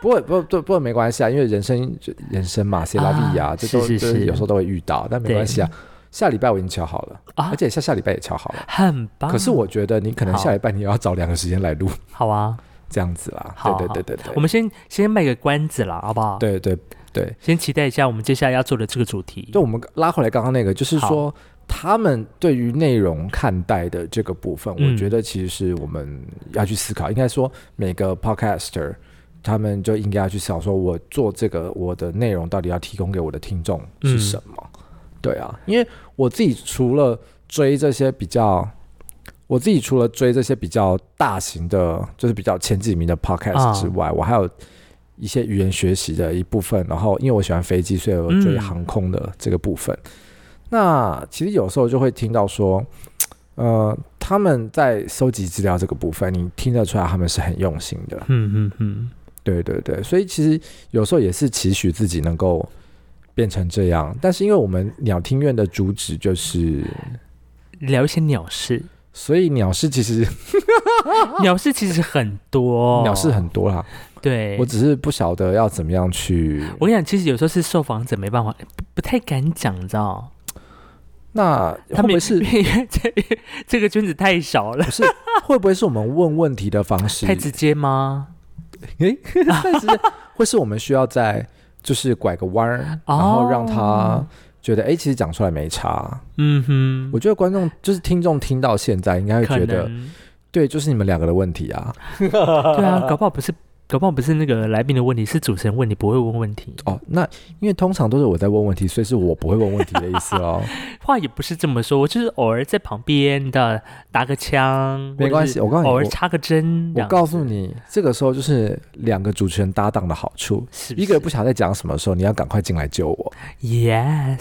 [SPEAKER 2] 不过不不不过没关系啊，因为人生就人生嘛，谁拉比
[SPEAKER 1] 啊
[SPEAKER 2] 啊，这都
[SPEAKER 1] 是是
[SPEAKER 2] 这
[SPEAKER 1] 是
[SPEAKER 2] 有时候都会遇到，但没关系啊。下礼拜我已经敲好了，
[SPEAKER 1] 啊
[SPEAKER 2] 而且下下礼拜也敲好了。
[SPEAKER 1] 很棒。
[SPEAKER 2] 可是我觉得你可能
[SPEAKER 1] 啊好
[SPEAKER 2] 下礼拜你要找两个时间来录
[SPEAKER 1] 好啊，
[SPEAKER 2] 这样子啦。
[SPEAKER 1] 好
[SPEAKER 2] 对对对对对，
[SPEAKER 1] 我们先先卖个关子啦，好不好？，
[SPEAKER 2] 对对对，
[SPEAKER 1] 先期待一下我们接下来要做的这个主题。
[SPEAKER 2] 就我们拉回来刚刚那个，就是
[SPEAKER 1] 好
[SPEAKER 2] 说他们对于内容看待的这个部分，
[SPEAKER 1] 嗯
[SPEAKER 2] 我觉得其实是我们要去思考。应该说每个 podcaster 他们就应该要去思考，说我做这个我的内容到底要提供给我的听众是什么？
[SPEAKER 1] 嗯
[SPEAKER 2] 对啊，因为我自己除了追这些比较。我自己除了追这些比较大型的，就是比较前几名的 podcast
[SPEAKER 1] 啊
[SPEAKER 2] 之外，我还有一些语言学习的一部分，然后因为我喜欢飞机，所以我追
[SPEAKER 1] 嗯
[SPEAKER 2] 航空的这个部分。那其实有时候就会听到说，呃，他们在收集资料这个部分，你听得出来他们是很用心的。
[SPEAKER 1] 嗯嗯嗯，
[SPEAKER 2] 对对对，所以其实有时候也是期许自己能够变成这样，但是因为我们鸟听院的主旨就是，
[SPEAKER 1] 聊一些鸟事，
[SPEAKER 2] 所以鸟事其实、
[SPEAKER 1] 鸟事其实很多，
[SPEAKER 2] 鸟事很多啦，
[SPEAKER 1] 对。
[SPEAKER 2] 我
[SPEAKER 1] 我
[SPEAKER 2] 只是不晓得要怎么样去。
[SPEAKER 1] 我跟你讲，其实有时候是受访者没办法，不不太敢讲，你知道？
[SPEAKER 2] 那
[SPEAKER 1] 他
[SPEAKER 2] 会不
[SPEAKER 1] 们
[SPEAKER 2] 会是
[SPEAKER 1] 因为这这个圈子太小了，
[SPEAKER 2] 不是会不会是我们问问题的方式
[SPEAKER 1] 太直接吗？
[SPEAKER 2] 诶，但是会是我们需要在就是拐个弯儿，
[SPEAKER 1] 哦
[SPEAKER 2] 然后让他觉得哎、诶其实讲出来没差。
[SPEAKER 1] 嗯哼，
[SPEAKER 2] 我觉得观众就是听众听到现在应该会
[SPEAKER 1] 可
[SPEAKER 2] 觉得，
[SPEAKER 1] 能
[SPEAKER 2] 对，就是你们两个的问题啊。
[SPEAKER 1] 对 啊，搞不好不是，搞不好不是那个来宾的问题，是主持人问你不会问问题。
[SPEAKER 2] 哦，那因为通常都是我在问问题，所以是我不会问问题的意思 哦。
[SPEAKER 1] 话也不是这么说，我就是偶尔在旁边的打个枪，
[SPEAKER 2] 没关系，，我告诉你，
[SPEAKER 1] 偶尔
[SPEAKER 2] 哦我
[SPEAKER 1] 插个针。这
[SPEAKER 2] 我
[SPEAKER 1] 样
[SPEAKER 2] 告诉
[SPEAKER 1] 子，
[SPEAKER 2] 你，这个时候就是两个主持人搭档的好处。
[SPEAKER 1] 是
[SPEAKER 2] 一个人
[SPEAKER 1] 不
[SPEAKER 2] 不晓得在讲什么的时候，你要赶快进来救我。
[SPEAKER 1] 是 yes，也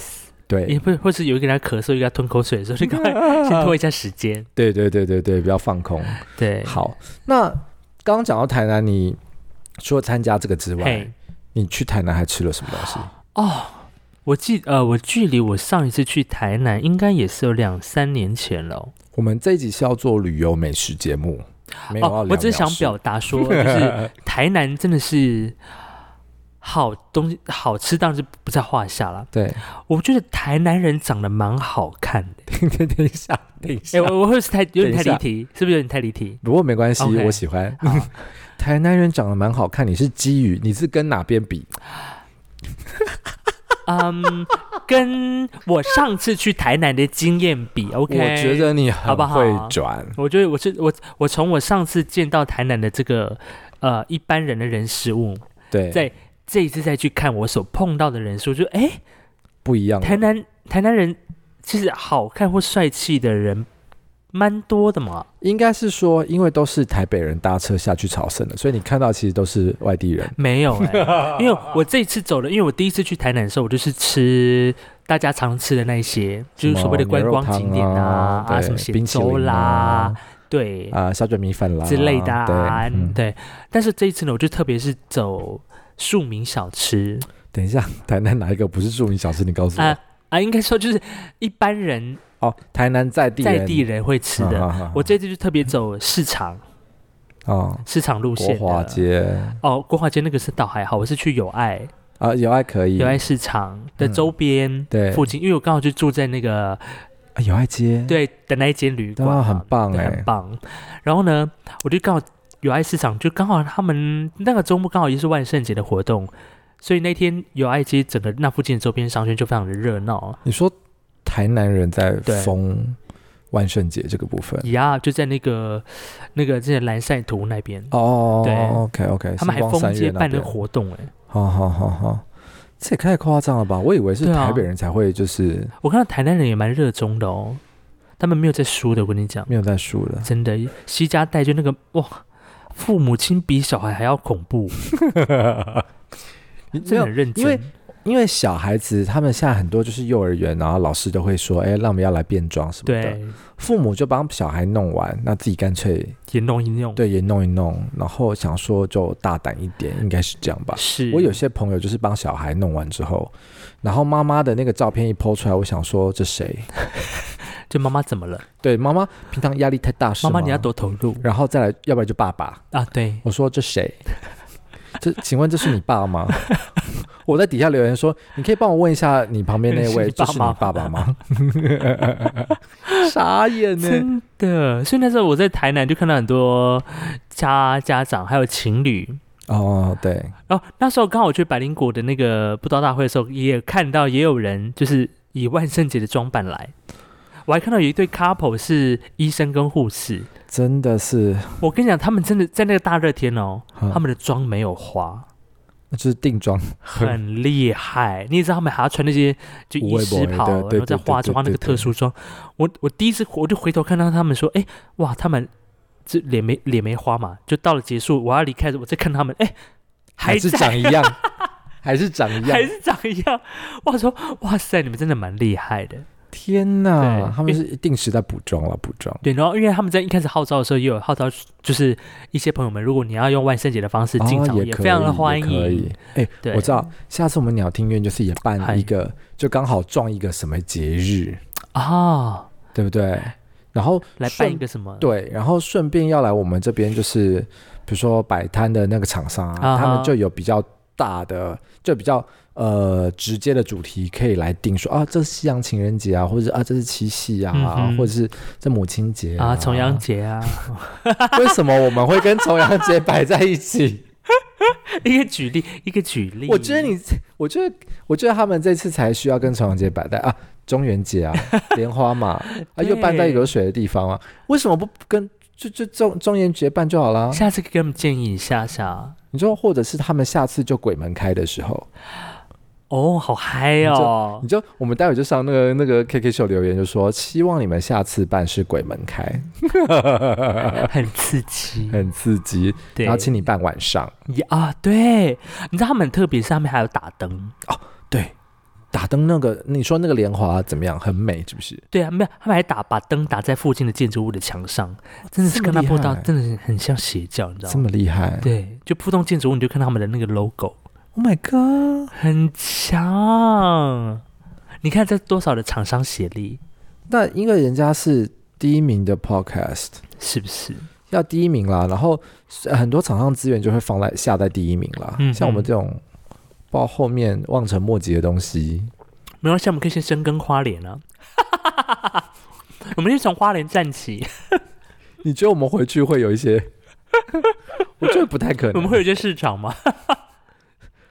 [SPEAKER 2] 对，
[SPEAKER 1] 不或是有一个人在咳嗽，一个在吞口水的时候，你赶快 先拖一下时间。
[SPEAKER 2] 对对对对对，不要放空。
[SPEAKER 1] 对，
[SPEAKER 2] 好，那刚刚讲到台南，你除了参加这个之外
[SPEAKER 1] 嘿，，
[SPEAKER 2] 你去台南还吃了什么东西？
[SPEAKER 1] 我记呃，我距离我上一次去台南应该也是有两三年前了哦。
[SPEAKER 2] 我们这一集是要做旅游美食节目，没有要聊
[SPEAKER 1] 哦，我只是想
[SPEAKER 2] 鸟事
[SPEAKER 1] 表达说， 就是台南真的是好东西，好吃当然是不在话下啦。
[SPEAKER 2] 对。
[SPEAKER 1] 我觉得台南人长得蛮好看的。
[SPEAKER 2] 等等 等一下，等一
[SPEAKER 1] 哎、
[SPEAKER 2] 下，
[SPEAKER 1] 我我会不会是太有点太
[SPEAKER 2] 等一下
[SPEAKER 1] 离题，是不是有点太离题？
[SPEAKER 2] 不过没关系
[SPEAKER 1] OK
[SPEAKER 2] 我喜欢。
[SPEAKER 1] 好
[SPEAKER 2] 台南人长得蛮好看，你是基于你是跟哪边比？
[SPEAKER 1] 嗯，跟我上次去台南的经验比，OK，
[SPEAKER 2] 我觉，得你
[SPEAKER 1] 好
[SPEAKER 2] 很
[SPEAKER 1] 不好
[SPEAKER 2] 会转。
[SPEAKER 1] 我觉得我是我我从我上次见到台南的这个呃一般人的人事物，
[SPEAKER 2] 对，
[SPEAKER 1] 在这一次再去看我所碰到的人数，就哎、
[SPEAKER 2] 不一样了。
[SPEAKER 1] 台南台南人其实好看或帅气的人蛮多的嘛。
[SPEAKER 2] 应该是说，因为都是台北人搭车下去朝圣的，所以你看到其实都是外地人。
[SPEAKER 1] 没有哎、 因为我这一次走了，因为我第一次去台南的时候，我就是吃大家常吃的那些，就是所谓的观光景点啊
[SPEAKER 2] 什么牛肉汤啊
[SPEAKER 1] 啊，什么
[SPEAKER 2] 对
[SPEAKER 1] 咸
[SPEAKER 2] 冰淇淋啊
[SPEAKER 1] 粥啦，对
[SPEAKER 2] 啊、小卷米粉啦
[SPEAKER 1] 之类的啊，
[SPEAKER 2] 对，嗯
[SPEAKER 1] 对。但是这一次呢，我就特别是走庶民小吃
[SPEAKER 2] 等一下，台南哪一个不是著名小吃？你告诉我
[SPEAKER 1] 啊。啊，应该说就是一般人
[SPEAKER 2] 哦，台南在地人
[SPEAKER 1] 在地人会吃的。
[SPEAKER 2] 啊啊啊
[SPEAKER 1] 我这次就特别走市场
[SPEAKER 2] 哦，
[SPEAKER 1] 市场路
[SPEAKER 2] 国
[SPEAKER 1] 线
[SPEAKER 2] 华
[SPEAKER 1] 的。
[SPEAKER 2] 街
[SPEAKER 1] 哦，国华街那个是倒还好，我是去友爱
[SPEAKER 2] 啊，有爱可以，
[SPEAKER 1] 友爱市场的周边
[SPEAKER 2] 嗯对
[SPEAKER 1] 附近，因为我刚好就住在那个
[SPEAKER 2] 啊有爱街，，
[SPEAKER 1] 对的那一间旅馆
[SPEAKER 2] 哇
[SPEAKER 1] 嘛，
[SPEAKER 2] 很棒
[SPEAKER 1] 对
[SPEAKER 2] 哎
[SPEAKER 1] 很棒。然后呢，我就刚好友爱市场，就刚好他们那个周末刚好也是万圣节的活动，所以那天友爱街整个那附近的周边商圈就非常的热闹。
[SPEAKER 2] 你说台南人在
[SPEAKER 1] 对
[SPEAKER 2] 封万圣节这个部分，
[SPEAKER 1] 呀、就在那个那个之前蓝晒图那边，
[SPEAKER 2] 哦，
[SPEAKER 1] 对
[SPEAKER 2] ，OK OK，
[SPEAKER 1] 他们还封街办那个活动哎、
[SPEAKER 2] 好好好好，这也太夸张了吧！我以为是
[SPEAKER 1] 对啊
[SPEAKER 2] 台北人才会，就是
[SPEAKER 1] 我看到台南人也蛮热衷的哦，他们没有在输的，我跟你讲，
[SPEAKER 2] 没有在输的。
[SPEAKER 1] 真的西家带就那个哇，父母亲比小孩还要恐怖，
[SPEAKER 2] 没
[SPEAKER 1] 真的
[SPEAKER 2] 有
[SPEAKER 1] 很，认真，
[SPEAKER 2] 因为因为小孩子他们现在很多就是幼儿园，然后老师都会说，哎，让我们要来变装什么的。
[SPEAKER 1] 对
[SPEAKER 2] 父母就帮小孩弄完，那自己干脆
[SPEAKER 1] 也弄一弄，
[SPEAKER 2] 对也弄一弄，然后想说就大胆一点，应该是这样吧。
[SPEAKER 1] 是
[SPEAKER 2] 我有些朋友就是帮小孩弄完之后，然后妈妈的那个照片一剖出来，我想说这谁？
[SPEAKER 1] 就妈妈怎么了？
[SPEAKER 2] 对，妈妈平常压力太大是
[SPEAKER 1] 妈
[SPEAKER 2] 吗？
[SPEAKER 1] 妈你要多投入
[SPEAKER 2] 然后再来，要不然就爸爸。
[SPEAKER 1] 啊！对，
[SPEAKER 2] 我说这谁？这请问这是你爸吗？我在底下留言说，你可以帮我问一下你旁边那
[SPEAKER 1] 是
[SPEAKER 2] 位，
[SPEAKER 1] 你
[SPEAKER 2] 这
[SPEAKER 1] 爸
[SPEAKER 2] 是你
[SPEAKER 1] 妈
[SPEAKER 2] 爸 爸吗？傻眼呢、
[SPEAKER 1] 真的。所以那时候我在台南就看到很多家家长还有情侣。
[SPEAKER 2] 哦，对，
[SPEAKER 1] 然后那时候刚好我去百灵果的那个布道大会的时候，也看到也有人就是以万圣节的装扮来。我还看到有一对 couple 是医生跟护士，
[SPEAKER 2] 真的是，
[SPEAKER 1] 我跟你讲，他们真的在那个大热天哦，
[SPEAKER 2] 嗯
[SPEAKER 1] 他们的妆没有花，
[SPEAKER 2] 那就是定妆，
[SPEAKER 1] 很厉害。你也知道他们还要穿那些就
[SPEAKER 2] 无
[SPEAKER 1] 医
[SPEAKER 2] 畏
[SPEAKER 1] 师
[SPEAKER 2] 不为
[SPEAKER 1] 袍，
[SPEAKER 2] 对
[SPEAKER 1] 然
[SPEAKER 2] 对
[SPEAKER 1] 后再
[SPEAKER 2] 对
[SPEAKER 1] 化
[SPEAKER 2] 对
[SPEAKER 1] 妆那
[SPEAKER 2] 对
[SPEAKER 1] 个
[SPEAKER 2] 对
[SPEAKER 1] 特殊妆。我我第一次我就回头看到他们说，哎、哇，他们这脸没脸没花嘛？就到了结束，我要离开的时候，我再看他们，哎、还
[SPEAKER 2] 还是
[SPEAKER 1] 在
[SPEAKER 2] 长 一样，还是长一样
[SPEAKER 1] 还，是长一样。我说，哇塞，你们真的蛮厉害的。
[SPEAKER 2] 天哪！
[SPEAKER 1] 对
[SPEAKER 2] 他们是定时在补妆了，补妆。
[SPEAKER 1] 对，然后因为他们在一开始号召的时候，也有号召，就是一些朋友们，如果你要用万圣节的方式进
[SPEAKER 2] 哦
[SPEAKER 1] 场，
[SPEAKER 2] 也
[SPEAKER 1] 也
[SPEAKER 2] 可
[SPEAKER 1] 非常
[SPEAKER 2] 以
[SPEAKER 1] 的
[SPEAKER 2] 也
[SPEAKER 1] 欢
[SPEAKER 2] 可
[SPEAKER 1] 迎
[SPEAKER 2] 以。。哎、
[SPEAKER 1] 对
[SPEAKER 2] 我知道，下次我们鸟听院就是也
[SPEAKER 1] 嗨
[SPEAKER 2] 办一个，就刚好撞一个什么节日，
[SPEAKER 1] 啊，
[SPEAKER 2] 对不对？然后
[SPEAKER 1] 来办
[SPEAKER 2] 顺
[SPEAKER 1] 一个什么？
[SPEAKER 2] 对，然后顺便要来我们这边，就是比如说摆摊的那个厂商啊，
[SPEAKER 1] 啊哈
[SPEAKER 2] 他们就有比较大的，就比较呃直接的主题可以来定说啊，这是西洋情人节啊，或者是啊这是七夕啊，
[SPEAKER 1] 嗯哼
[SPEAKER 2] 或者是这母亲节
[SPEAKER 1] 啊，重阳。节啊，
[SPEAKER 2] 为什么我们会跟重阳节摆在一起？
[SPEAKER 1] 一个举例，一个举例。
[SPEAKER 2] 我觉得你， 我觉得，我觉得他们这次才需要跟重阳节摆在啊，中元节啊， 莲花嘛，啊，
[SPEAKER 1] 对
[SPEAKER 2] 又办在有水的地方啊，为什么不跟就就中中元节办就好啦？
[SPEAKER 1] 下次可以给他们建议一下下。
[SPEAKER 2] 你说，或者是他们下次就鬼门开的时候，
[SPEAKER 1] 哦，好嗨哦
[SPEAKER 2] 你！就我们待会就上那个那个 KK 秀留言，就说希望你们下次办是鬼门开，
[SPEAKER 1] 很刺 激，
[SPEAKER 2] 很刺激，
[SPEAKER 1] 嗯对
[SPEAKER 2] 然后请你办晚上，
[SPEAKER 1] 也啊，对，你知道他们很特别是他们还有打灯，
[SPEAKER 2] 对，打灯那个，你说那个莲花怎么样？很美，是不是？
[SPEAKER 1] 对啊，没有，他们还打把灯打在附近的建筑物的墙上，真的是
[SPEAKER 2] 这
[SPEAKER 1] 跟
[SPEAKER 2] 么
[SPEAKER 1] 他
[SPEAKER 2] 厉
[SPEAKER 1] 布道，
[SPEAKER 2] 害
[SPEAKER 1] 真的是很像邪教，你知道
[SPEAKER 2] 这
[SPEAKER 1] 吗？
[SPEAKER 2] 么厉害
[SPEAKER 1] 对，就普通建筑物，你就看他们的那个 logo，
[SPEAKER 2] ？Oh my god！
[SPEAKER 1] 很强。你看这多少的厂商协力，
[SPEAKER 2] 那因为人家是第一名的 podcast，
[SPEAKER 1] 是不是？
[SPEAKER 2] 要第一名啦，然后呃很多厂商资源就会放在下在第一名啦，
[SPEAKER 1] 嗯
[SPEAKER 2] 像我们这种报后面望尘莫及的东西，
[SPEAKER 1] 没关系，我们可以先深耕花莲啊。 我们就从花莲站起，
[SPEAKER 2] 你觉得我们回去会有一些？ 我觉得不太可能，
[SPEAKER 1] 我们会有一些市场吗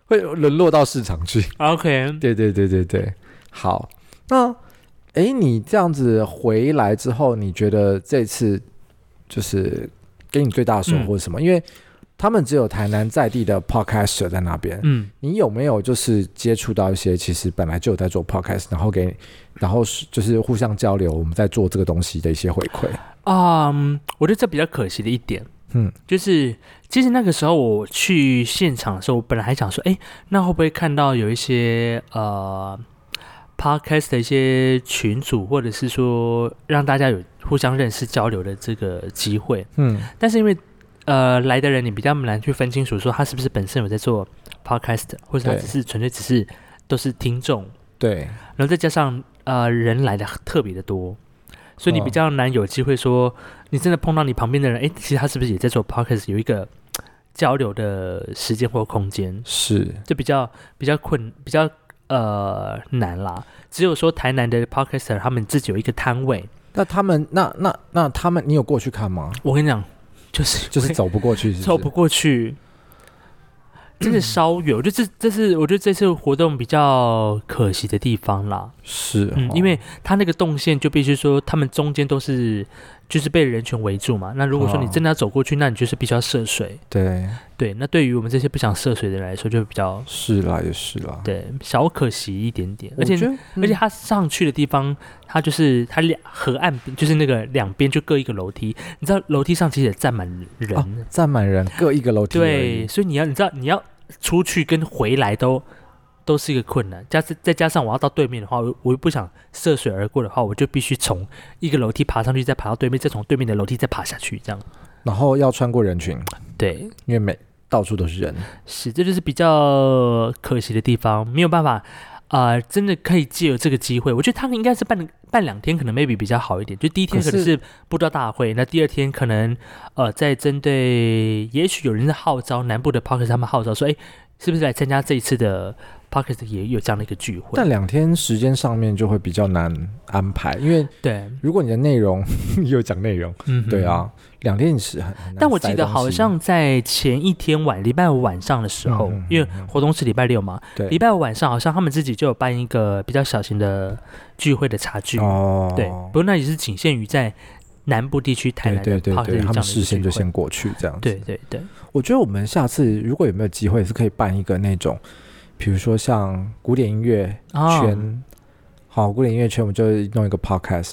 [SPEAKER 2] 会沦落到市场去。
[SPEAKER 1] ？OK，
[SPEAKER 2] 对对对对对，好，那诶，你这样子回来
[SPEAKER 1] 嗯
[SPEAKER 2] 之后，你觉得这次就是给你最大的收获是什么？因为他们只有台南在地的 podcaster 在那边，
[SPEAKER 1] 嗯，
[SPEAKER 2] 你有没有就是接触到一些其实本来就有在做 podcast，然后给，然后是就是互相交流，我们在做这个东西的一些回馈？
[SPEAKER 1] 啊、嗯我觉得这比较可惜的一点，
[SPEAKER 2] 嗯，
[SPEAKER 1] 就是其实那个时候我去现场的时候，我本来还想说，哎，那会不会看到有一些呃 podcast 的一些群组，或者是说让大家有互相认识交流的这个机会？
[SPEAKER 2] 嗯
[SPEAKER 1] 但是因为呃来的人你比较难去分清楚，说他是不是本身有在做 podcast，或者他
[SPEAKER 2] 对
[SPEAKER 1] 只是纯粹只是都是听众，
[SPEAKER 2] 对，
[SPEAKER 1] 然后再加上呃人来的特别的多，所以你
[SPEAKER 2] 嗯
[SPEAKER 1] 比较难有机会说，你真的碰到你旁边的人，诶，其实他是不是也在做 podcast，有一个交流的时间或空间，
[SPEAKER 2] 是，
[SPEAKER 1] 就比较比较困，比较呃难啦。只有说台南的 podcaster 他们自己有一个摊位，
[SPEAKER 2] 那他们那那那他们，你有过去看 吗？
[SPEAKER 1] 我跟你讲，就是
[SPEAKER 2] 就是走不过去是不是，嗯
[SPEAKER 1] 凑不过去，真的稍远。我觉得这这是我觉得这次活动比较可惜的地方啦。
[SPEAKER 2] 是、
[SPEAKER 1] 嗯
[SPEAKER 2] 哦，
[SPEAKER 1] 因为他那个动线就必须说，他们中间都是就是被人群围住嘛。那如果说你
[SPEAKER 2] 哦
[SPEAKER 1] 真的要走过去，那你就是必须要涉水。
[SPEAKER 2] 对
[SPEAKER 1] 对，那对于我们这些不想涉水的人来说，就比较
[SPEAKER 2] 是啦，也是啦。
[SPEAKER 1] 对小可惜一点点。而
[SPEAKER 2] 我
[SPEAKER 1] 且
[SPEAKER 2] 觉得嗯
[SPEAKER 1] 而且他上去的地方，他就是他两河岸边，就是那个两边就各一个楼梯。你知道楼梯上其实也站满人，
[SPEAKER 2] 啊站满人，各一个楼梯而
[SPEAKER 1] 对，
[SPEAKER 2] 已。
[SPEAKER 1] 所以你要你知道你要出去跟回来都。都是一个困难，加再加上我要到对面的话，我我又不想涉水而过的话，我就必须从一个楼梯爬上去，再爬到对面，再从对面的楼梯再爬下去，这样。
[SPEAKER 2] 然后要穿过人群，
[SPEAKER 1] 对，
[SPEAKER 2] 因为每到处都是人。
[SPEAKER 1] 是，这就是比较可惜的地方，没有办法，啊，真的可以借由这个机会，我觉得他们应该是办办两天，可能 maybe 比较好一点。就第一天
[SPEAKER 2] 可
[SPEAKER 1] 可能
[SPEAKER 2] 是
[SPEAKER 1] 是布道大会，那第二天可能呃，在针对，也许有人在号召南部的 p o c k e t 他们号召说，哎，是不是来参加这一次的 p o c k e t 也有这样的一个聚会？
[SPEAKER 2] 但两天时间上面就会比较难安排，因为
[SPEAKER 1] 对，
[SPEAKER 2] 如果你的内容 又讲内容，
[SPEAKER 1] 嗯，
[SPEAKER 2] 对。啊，两天是很。很难
[SPEAKER 1] 但我记
[SPEAKER 2] 塞
[SPEAKER 1] 得
[SPEAKER 2] 东
[SPEAKER 1] 好
[SPEAKER 2] 西
[SPEAKER 1] 像在前一天晚，礼拜五晚上的时候，
[SPEAKER 2] 嗯嗯嗯
[SPEAKER 1] 因为
[SPEAKER 2] 嗯
[SPEAKER 1] 活动是礼拜六嘛，
[SPEAKER 2] 对
[SPEAKER 1] 礼拜五晚上好像他们自己就有办一个比较小型的聚会的茶聚，
[SPEAKER 2] 哦，
[SPEAKER 1] 对，不过那也是仅限于在南部地区台南
[SPEAKER 2] 对
[SPEAKER 1] 的
[SPEAKER 2] 对对
[SPEAKER 1] Park
[SPEAKER 2] 对，
[SPEAKER 1] 这
[SPEAKER 2] 他
[SPEAKER 1] 样
[SPEAKER 2] 们
[SPEAKER 1] 的
[SPEAKER 2] 事
[SPEAKER 1] 一
[SPEAKER 2] 先
[SPEAKER 1] 个
[SPEAKER 2] 就
[SPEAKER 1] 聚会
[SPEAKER 2] 先过去这样子。
[SPEAKER 1] 对对对，
[SPEAKER 2] 我觉得我们下次如果有没有机会，是可以办一个那种，比如说像古典音乐
[SPEAKER 1] 啊
[SPEAKER 2] 圈，好，古典音乐圈，我们就弄一个 podcast，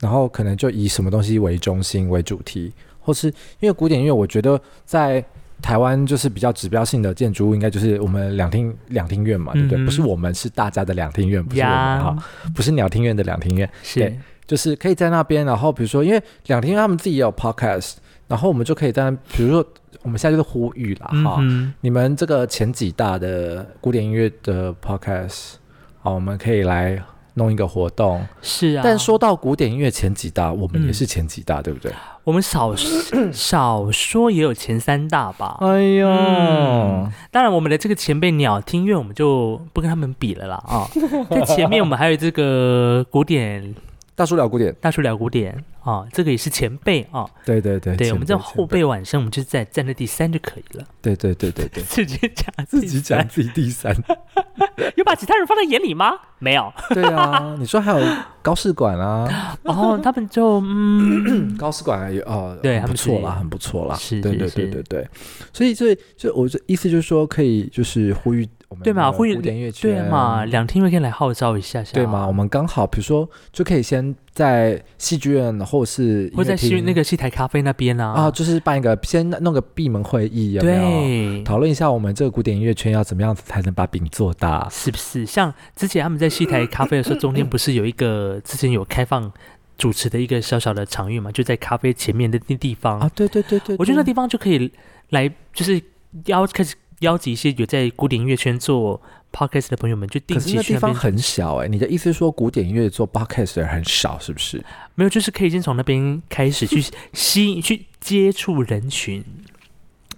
[SPEAKER 2] 然后可能就以什么东西为中心为主题，或是因为古典音乐，我觉得在台湾就是比较指标性的建筑物，应该就是我们两厅两厅院嘛，对不对？
[SPEAKER 1] 嗯哼
[SPEAKER 2] 不是我们，是大家的两厅院，不是我们
[SPEAKER 1] 呀
[SPEAKER 2] 哈，，不是鸟厅院的两厅院，
[SPEAKER 1] 是
[SPEAKER 2] 对就是可以在那边，然后比如说，因为两厅院他们自己也有 podcast，然后我们就可以在那，比如说我们现在就是呼吁啦，
[SPEAKER 1] 嗯
[SPEAKER 2] 哈、
[SPEAKER 1] 哼
[SPEAKER 2] 你们这个前几大的古典音乐的 podcast，好，我们可以来弄一个活动。
[SPEAKER 1] 是啊，
[SPEAKER 2] 但说到古典音乐前几大，我们
[SPEAKER 1] 嗯
[SPEAKER 2] 也是前几大，对不对？
[SPEAKER 1] 我们 少少说也有前三大吧，
[SPEAKER 2] 哎呦
[SPEAKER 1] 嗯当然我们的这个前辈鸟听乐我们就不跟他们比了啦 啊，在前面我们还有这个古典
[SPEAKER 2] 大叔聊古典，
[SPEAKER 1] 大叔聊古典啊，这个也是前辈啊，
[SPEAKER 2] 对对对，
[SPEAKER 1] 对我们这种
[SPEAKER 2] 前辈
[SPEAKER 1] 后，辈晚生我们就在站在第三就可以了，，
[SPEAKER 2] 前辈对对对对对
[SPEAKER 1] 自己讲
[SPEAKER 2] 自己讲
[SPEAKER 1] 讲，
[SPEAKER 2] 自己第三，
[SPEAKER 1] 有把其他人放在眼里吗？没 有。
[SPEAKER 2] 对啊，你说还有高士馆啊，
[SPEAKER 1] 然后哦他们就嗯，
[SPEAKER 2] 高士馆也哦，
[SPEAKER 1] 对
[SPEAKER 2] 很
[SPEAKER 1] 他
[SPEAKER 2] 不
[SPEAKER 1] 们
[SPEAKER 2] 错
[SPEAKER 1] 是
[SPEAKER 2] 啦，很不错啦，
[SPEAKER 1] 是
[SPEAKER 2] 对
[SPEAKER 1] 是
[SPEAKER 2] 对
[SPEAKER 1] 是
[SPEAKER 2] 对对对，所以所以就我这意思就是说，可以就是呼吁我们
[SPEAKER 1] 对嘛
[SPEAKER 2] 的
[SPEAKER 1] 呼吁
[SPEAKER 2] 古典音乐圈
[SPEAKER 1] 对嘛，两厅院可以来号召一下下，
[SPEAKER 2] 对嘛？我？们刚好，比如说，就可以先在戏剧院或是音
[SPEAKER 1] 或者在
[SPEAKER 2] 乐
[SPEAKER 1] 西
[SPEAKER 2] 厅
[SPEAKER 1] 那个戏台咖啡那边啊，
[SPEAKER 2] 啊，就是办一个先弄个闭门会议，有没
[SPEAKER 1] 对
[SPEAKER 2] 有？，讨论一下我们这个古典音乐圈要怎么样子才能把饼做大？
[SPEAKER 1] 是不是？像之前他们在戏台咖啡的时候，中间不是有一个之前有开放主持的一个小小的场域嘛，就在咖啡前面的那地方，
[SPEAKER 2] 啊，对对对对，
[SPEAKER 1] 我觉得那
[SPEAKER 2] 对
[SPEAKER 1] 地方就可以来，就是邀开始邀集一些有在古典音乐圈做 podcast 的朋友们，就定
[SPEAKER 2] 可是
[SPEAKER 1] 期
[SPEAKER 2] 那
[SPEAKER 1] 去
[SPEAKER 2] 地
[SPEAKER 1] 那
[SPEAKER 2] 方
[SPEAKER 1] 边
[SPEAKER 2] 很小哎、你的意思是说古典音乐做 podcast 的人很少，是不是？
[SPEAKER 1] 没有，就是可以先从那边开始去吸引、去接触人群，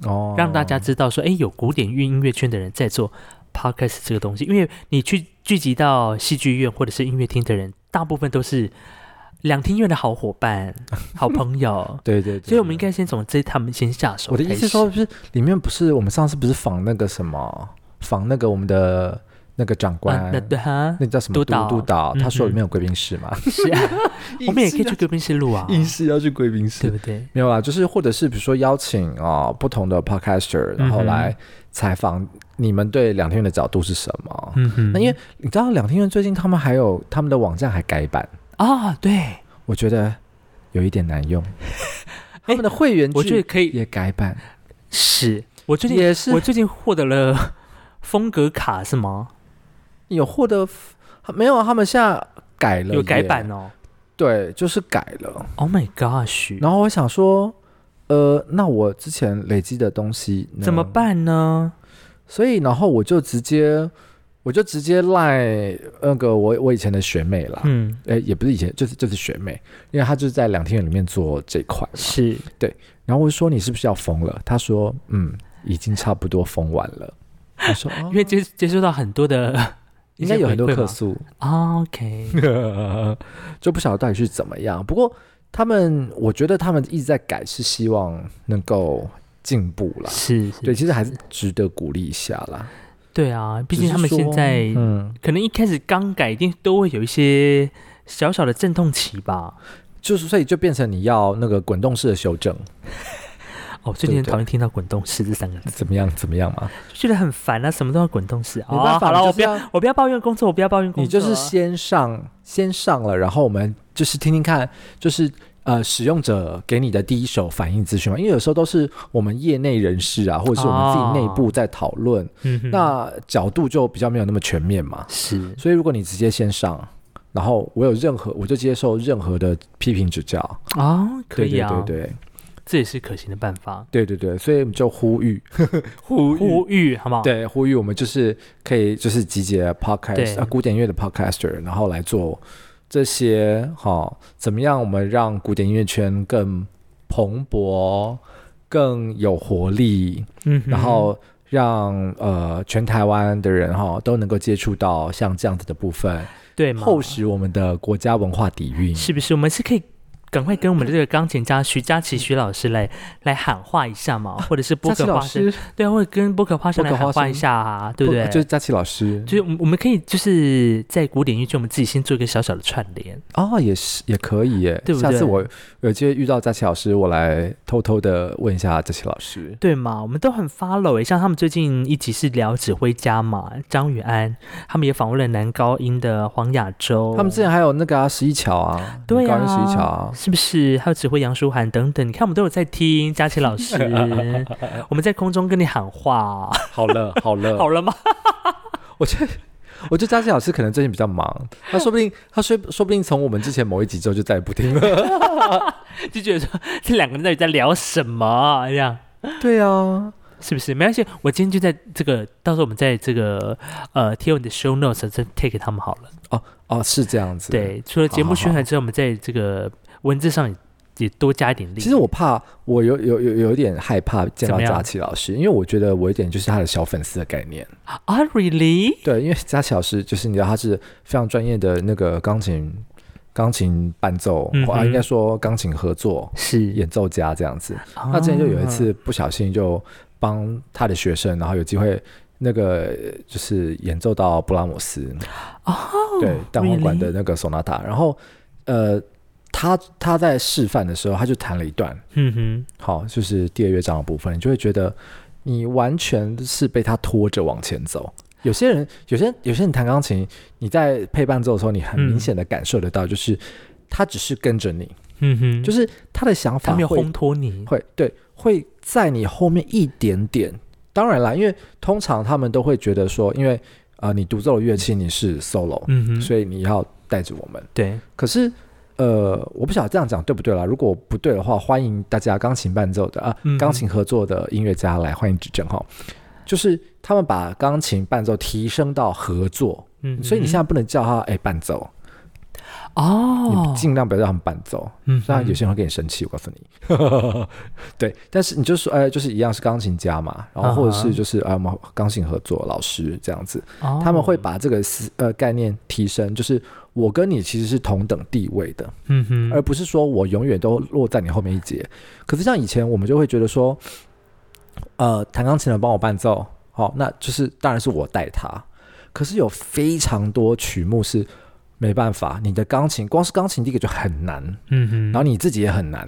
[SPEAKER 2] 哦，，
[SPEAKER 1] 让大家知道说，哎，有古典乐音乐圈的人在做 podcast 这个东西。因为你去聚集到戏剧院或者是音乐厅的人，大部分都是两厅院的好伙伴、好朋 友
[SPEAKER 2] 对对对，
[SPEAKER 1] 所以我们应
[SPEAKER 2] 对。
[SPEAKER 1] 该先从这他们先下手
[SPEAKER 2] 我
[SPEAKER 1] 开
[SPEAKER 2] 的
[SPEAKER 1] 始。
[SPEAKER 2] 意思是说，不是里面不是我们上次不是仿那个什么，仿那个我们的那个长官，
[SPEAKER 1] 啊那对 哈，
[SPEAKER 2] 那叫什么
[SPEAKER 1] 督导
[SPEAKER 2] 督导，他说
[SPEAKER 1] 嗯嗯
[SPEAKER 2] 里面有贵宾室嘛，
[SPEAKER 1] 是啊， 我们也可以去贵宾室录啊，
[SPEAKER 2] 硬是要去贵宾室
[SPEAKER 1] 对，不对？
[SPEAKER 2] 没有啦，就是或者是比如说邀请啊、不同的
[SPEAKER 1] 嗯
[SPEAKER 2] podcaster，然后来采访你们对两天院的角度是什么。
[SPEAKER 1] 嗯哼，
[SPEAKER 2] 啊那因为你知道两天院最近他们还有他们的网站还改版，
[SPEAKER 1] 啊，对，
[SPEAKER 2] 我觉得有一 点难用。他们的会员
[SPEAKER 1] 哎我觉得
[SPEAKER 2] 剧
[SPEAKER 1] 可以
[SPEAKER 2] 也改版，
[SPEAKER 1] 是我最近
[SPEAKER 2] 也是
[SPEAKER 1] 我最近获得了 风格卡是吗？
[SPEAKER 2] 有获得没有啊？他们现在改了，
[SPEAKER 1] 有改版，哦
[SPEAKER 2] 对，就是改了。
[SPEAKER 1] ，Oh my gosh，
[SPEAKER 2] 然后我想说，呃，那我之前累积的东西呢
[SPEAKER 1] 怎么办呢？
[SPEAKER 2] 嗯所以然后我就直接，我就直接赖那个我我以前的学妹啦，
[SPEAKER 1] 嗯，
[SPEAKER 2] 呃、也不是以前，就是就是学妹，因为她就是在两天里面做这一块嘛。
[SPEAKER 1] 是
[SPEAKER 2] 然后我就说你是不是要疯了？她说嗯，已经差不多疯完了。我说、哦
[SPEAKER 1] 因、为接接收到很多的一
[SPEAKER 2] 应
[SPEAKER 1] 些回馈嘛，
[SPEAKER 2] 该有很多客诉，
[SPEAKER 1] 啊，OK，
[SPEAKER 2] 就不晓得到底是怎么样。不过他们，我觉得他们一直在改，是希望能够进步啦。
[SPEAKER 1] 是，是
[SPEAKER 2] 对，其实还是值得鼓励一下啦。
[SPEAKER 1] 对啊，毕
[SPEAKER 2] 只
[SPEAKER 1] 竟
[SPEAKER 2] 是
[SPEAKER 1] 他们现
[SPEAKER 2] 说
[SPEAKER 1] 在
[SPEAKER 2] 嗯，
[SPEAKER 1] 可能一开始刚改，一定都会有一些小小的阵痛期吧。
[SPEAKER 2] 就是所以就变成你要那个滚动式的修正，
[SPEAKER 1] 哦，最近很
[SPEAKER 2] 对对
[SPEAKER 1] 讨厌听到“滚动式”这三个字，
[SPEAKER 2] 怎么样怎么样嘛？
[SPEAKER 1] 就觉得很烦啊，什么都要滚动式。
[SPEAKER 2] 没办
[SPEAKER 1] 哦、好
[SPEAKER 2] 法，
[SPEAKER 1] 了，
[SPEAKER 2] 你
[SPEAKER 1] 我
[SPEAKER 2] 就是
[SPEAKER 1] 不要，
[SPEAKER 2] 要
[SPEAKER 1] 我不要抱怨工作，我不要抱怨工
[SPEAKER 2] 你
[SPEAKER 1] 作
[SPEAKER 2] 就
[SPEAKER 1] 啊。
[SPEAKER 2] 是先上先上了，然后我们就是听听看，就是呃使用者给你的第一手反应资讯嘛，因为有时候都是我们业内人士啊，或者是我们自己内部在讨论，
[SPEAKER 1] 哦嗯哼
[SPEAKER 2] 那角度就比较没有那么全面嘛。
[SPEAKER 1] 是
[SPEAKER 2] 所以如果你直接先上，然后我有任何我就接受任何的批评指教，
[SPEAKER 1] 啊，可
[SPEAKER 2] 对
[SPEAKER 1] 以啊，
[SPEAKER 2] 对对对
[SPEAKER 1] 这也是可行的办法。
[SPEAKER 2] 对对对，所以我们就呼吁呼
[SPEAKER 1] 呼吁好不好？，
[SPEAKER 2] 对，呼吁我们就是可以就是集结 podcast
[SPEAKER 1] 对
[SPEAKER 2] 啊古典音乐的 podcaster，然后来做这些哈、怎么样我们让古典音乐圈更蓬勃、更有活力，
[SPEAKER 1] 嗯哼，
[SPEAKER 2] 然后让呃全台湾的人哈、都能够接触到像这样子的部分，
[SPEAKER 1] 对嘛
[SPEAKER 2] 厚实我们的国家文化底蕴。
[SPEAKER 1] 是不是我们是可以？赶快跟我们的这个钢琴家徐佳琪徐老师来来喊话一下嘛，或者是波
[SPEAKER 2] 啊佳琪
[SPEAKER 1] 可花
[SPEAKER 2] 老
[SPEAKER 1] 生，
[SPEAKER 2] 师，
[SPEAKER 1] 对啊，或者跟波可花生
[SPEAKER 2] 波
[SPEAKER 1] 来
[SPEAKER 2] 可
[SPEAKER 1] 喊
[SPEAKER 2] 花
[SPEAKER 1] 话
[SPEAKER 2] 生
[SPEAKER 1] 一下啊，对不对？
[SPEAKER 2] 就是佳琪老师，
[SPEAKER 1] 就是我们我们可以就是在古典乐圈，我们自己先做一个小小的串联，
[SPEAKER 2] 哦，也是也可以耶。
[SPEAKER 1] 对不
[SPEAKER 2] 下次
[SPEAKER 1] 对
[SPEAKER 2] 我有机会遇到佳琪老师，我来偷偷的问一下佳琪老师。
[SPEAKER 1] 对嘛？我们都很 follow 诶、像他们最近一集是聊指挥家嘛，张雨安，他们也访问了男高音的黄雅洲，
[SPEAKER 2] 他们之前还有那个啊，十一桥啊，
[SPEAKER 1] 哦对
[SPEAKER 2] 高
[SPEAKER 1] 啊，
[SPEAKER 2] 音十一桥啊，
[SPEAKER 1] 是不是？还有指挥杨舒涵等等，你看我们都有在听佳琪老 师，我们在空中跟你喊话，
[SPEAKER 2] 好了好 了
[SPEAKER 1] 好了吗？
[SPEAKER 2] 我觉得。我觉得佳琪老师可能最近比 较忙，他说不定他说说不定从我们之前某一集之后就再也不 听了。
[SPEAKER 1] 就觉得说这两个人到底在聊什么啊这样。
[SPEAKER 2] 对啊，
[SPEAKER 1] 是不是？没关系，我今天就在这个，到时候我们在这个呃贴文的 show notes 再 take 给他们好了。
[SPEAKER 2] 哦是这样子。，
[SPEAKER 1] 对，除了节目宣传之外，我们在这个文字上也也多加一点力。
[SPEAKER 2] 其实我怕我有有有有一点害怕
[SPEAKER 1] 怎
[SPEAKER 2] 见到
[SPEAKER 1] 么样
[SPEAKER 2] 佳琪老师，因为我觉得我有点就是他的小粉丝的概念。
[SPEAKER 1] 啊，really，
[SPEAKER 2] 对，因为佳琪老师就是你知道他是非常专业的那个钢琴钢琴伴奏，
[SPEAKER 1] 嗯
[SPEAKER 2] 啊、
[SPEAKER 1] 哼
[SPEAKER 2] 应该说钢琴合作
[SPEAKER 1] 是
[SPEAKER 2] 演奏家这样子。
[SPEAKER 1] 啊
[SPEAKER 2] 那之前就有一次不小心就帮他的学生，然后有机会那个呃就是演奏到布拉姆斯哦，对，蛋黄管的那个 sonata，然后呃，他他在示范的时候，他就弹了一段，
[SPEAKER 1] 嗯
[SPEAKER 2] 好，就是第二乐章的部分，你就会觉得你完全是被他拖着往前走。有些人，有些有些人弹钢琴，你在配伴奏的时候，你很明显的感受得到，就是、他只是跟着你，
[SPEAKER 1] 哼，嗯哼，
[SPEAKER 2] 就是是他的想
[SPEAKER 1] 他
[SPEAKER 2] 法
[SPEAKER 1] 没有
[SPEAKER 2] 会
[SPEAKER 1] 烘托你，
[SPEAKER 2] 会对，会在你后面一点点。当然啦，因为通常他们都会觉得说，因为啊、呃你独奏的乐器你是 solo，、
[SPEAKER 1] 嗯哼，
[SPEAKER 2] 所以嗯你要带着我们。
[SPEAKER 1] 对，
[SPEAKER 2] 可是，呃，我不晓得这样讲对不对啦。如果不对的话，欢迎大家钢琴伴奏的啊
[SPEAKER 1] 嗯，
[SPEAKER 2] 钢琴合作的音乐家来欢迎指正哈。就是他们把钢琴伴奏提升到合作，
[SPEAKER 1] 嗯哼，
[SPEAKER 2] 所以你现在不能叫他哎、伴奏，
[SPEAKER 1] 哦
[SPEAKER 2] 你，尽量不要让他们伴奏。
[SPEAKER 1] 嗯哼
[SPEAKER 2] 当然有些人会跟你生气，我告诉你。 对，但是你就说，呃，就是一样是钢琴家嘛，然后或者
[SPEAKER 1] 啊哈
[SPEAKER 2] 是就是啊，我们钢琴合作老师这样子，
[SPEAKER 1] 哦
[SPEAKER 2] 他们会把这个思呃概念提升，就是我跟你其实是同等地位的，
[SPEAKER 1] 嗯哼，
[SPEAKER 2] 而不是说我永远都落在你后面一截。可是像以前我们就会觉得说，呃，弹钢琴的帮我伴奏，好、那就是当然是我带他。可是有非常多曲目是没办法，你的钢琴光是钢琴第一个就很难，
[SPEAKER 1] 嗯哼，
[SPEAKER 2] 然后你自己也很难。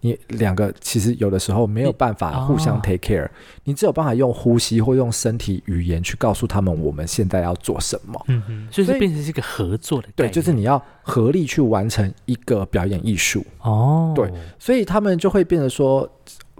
[SPEAKER 2] 你两个其实有的时候没有办法互相
[SPEAKER 1] 哦
[SPEAKER 2] take care，、你只有办法用呼吸或用身体语言去告诉他们我们现在要做什么。
[SPEAKER 1] 嗯哼，所以
[SPEAKER 2] 所
[SPEAKER 1] 是
[SPEAKER 2] 以
[SPEAKER 1] 变成是一个合作的概
[SPEAKER 2] 对，
[SPEAKER 1] 念，
[SPEAKER 2] 就是你要合力去完成一个表演艺术。
[SPEAKER 1] 哦，
[SPEAKER 2] 对所以他们就会变得说，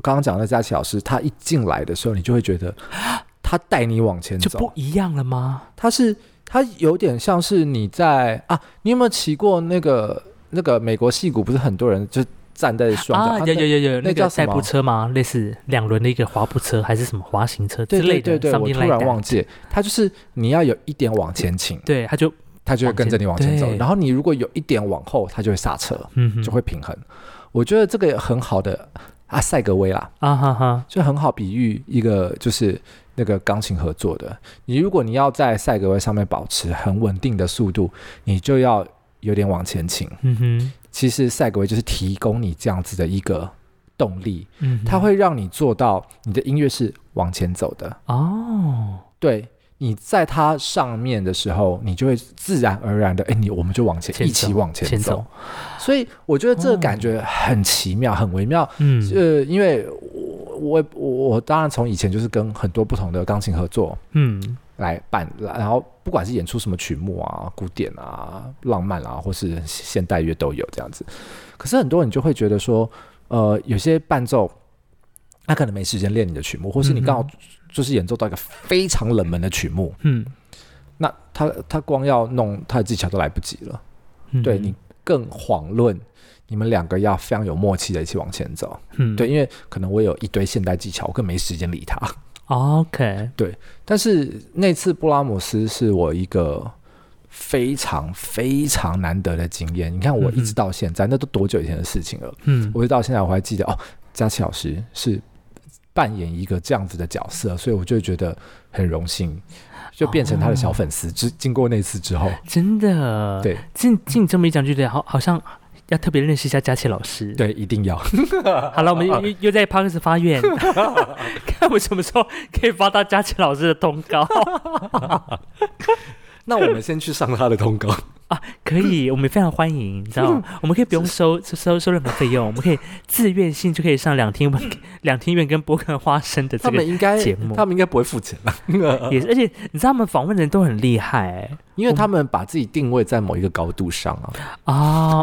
[SPEAKER 2] 刚刚讲的佳琪老师，他一进来的时候，你就会觉得 他带你往前
[SPEAKER 1] 就
[SPEAKER 2] 走
[SPEAKER 1] 不，一样了吗？
[SPEAKER 2] 他是他有点像是你在啊，你有没有骑过那个那个美国戏骨？不是很多人就站在双脚、
[SPEAKER 1] 啊，有有有有
[SPEAKER 2] 那
[SPEAKER 1] 那
[SPEAKER 2] 叫
[SPEAKER 1] 个
[SPEAKER 2] 什
[SPEAKER 1] 代
[SPEAKER 2] 么
[SPEAKER 1] 步车吗？类似两轮的一个滑步车，还是什么滑行车之
[SPEAKER 2] 对对
[SPEAKER 1] 类的
[SPEAKER 2] 对对，我
[SPEAKER 1] something
[SPEAKER 2] 突
[SPEAKER 1] like
[SPEAKER 2] 然
[SPEAKER 1] that
[SPEAKER 2] 忘记，他就是你要有一点往前倾，
[SPEAKER 1] 对，他就
[SPEAKER 2] 他就会跟着你往前
[SPEAKER 1] 往前
[SPEAKER 2] 走。
[SPEAKER 1] 对
[SPEAKER 2] 然后你如果有一点往后，他就会刹车，
[SPEAKER 1] 嗯哼，
[SPEAKER 2] 就会平衡。我觉得这个很好的啊，赛格威啦，
[SPEAKER 1] 啊哈哈，
[SPEAKER 2] 就很好比喻一个就是那个钢琴合作的。你如果你要在赛格威上面保持很稳定的速度，你就要有点往前倾。
[SPEAKER 1] 嗯哼，
[SPEAKER 2] 其实赛格威就是提供你这样子的一个动力，
[SPEAKER 1] 嗯哼，
[SPEAKER 2] 它会让你做到你的音乐是往前走的。
[SPEAKER 1] 哦，
[SPEAKER 2] 对，你在它上面的时候，你就会自然而然的，哎，你我们就往前
[SPEAKER 1] 前
[SPEAKER 2] 一起
[SPEAKER 1] 走
[SPEAKER 2] 往前
[SPEAKER 1] 前
[SPEAKER 2] 走
[SPEAKER 1] 走。
[SPEAKER 2] 所以我觉得这个
[SPEAKER 1] 哦
[SPEAKER 2] 感觉很奇妙，很微妙。
[SPEAKER 1] 嗯，
[SPEAKER 2] 呃，因为我我我我当然从以前就是跟很多不同的钢琴合作
[SPEAKER 1] 嗯
[SPEAKER 2] 来办，然后不管是演出什么曲目啊、古典啊、浪漫啊，或是现代乐都有这样子。可是很多人就会觉得说，呃，有些伴奏他可能没时间练你的曲目，或是你刚好
[SPEAKER 1] 嗯
[SPEAKER 2] 就是演奏到一个非常冷门的曲目，
[SPEAKER 1] 嗯
[SPEAKER 2] 那他他光要弄他的技巧都来不及了。
[SPEAKER 1] 嗯，
[SPEAKER 2] 对你更遑论你们两个要非常有默契的一起往前走。
[SPEAKER 1] 嗯
[SPEAKER 2] 对，因为可能我有一堆现代技巧，我更没时间理他。
[SPEAKER 1] ，OK，
[SPEAKER 2] 但是那次布拉姆斯是我一个非常非常难得的经验。你看，我一直
[SPEAKER 1] 嗯哼
[SPEAKER 2] 到现在，那都多久以前的事情了？
[SPEAKER 1] 嗯
[SPEAKER 2] 我一直到现在我还记得哦，佳琪老师是扮演一个这样子的角色，所以我就觉得很荣幸，就变成他的小粉丝。之、经过那次 之后，
[SPEAKER 1] 真的，
[SPEAKER 2] 对
[SPEAKER 1] 进进这么一讲，就觉得好好像要特别认识一下佳琪老师。，
[SPEAKER 2] 对，一定要。
[SPEAKER 1] 好了，我们又又又在 p a r k e s 发愿， 看我什么时候可以发到佳琪老师的通 告
[SPEAKER 2] 那我们先去上他的通告。
[SPEAKER 1] 啊！可以，我们非常欢迎，你知 道吗？我们可以不用收收收任何费用，我们可以自愿性就可以上两天文 两天院跟博肯花生的这
[SPEAKER 2] 嗯他
[SPEAKER 1] 个
[SPEAKER 2] 们应该
[SPEAKER 1] 节目
[SPEAKER 2] 他们应该不会付 钱吧？
[SPEAKER 1] 也是，而且你知道他们访问的人都很厉害、欸。
[SPEAKER 2] 因为他们把自己定位在某一个高度上啊，
[SPEAKER 1] 啊、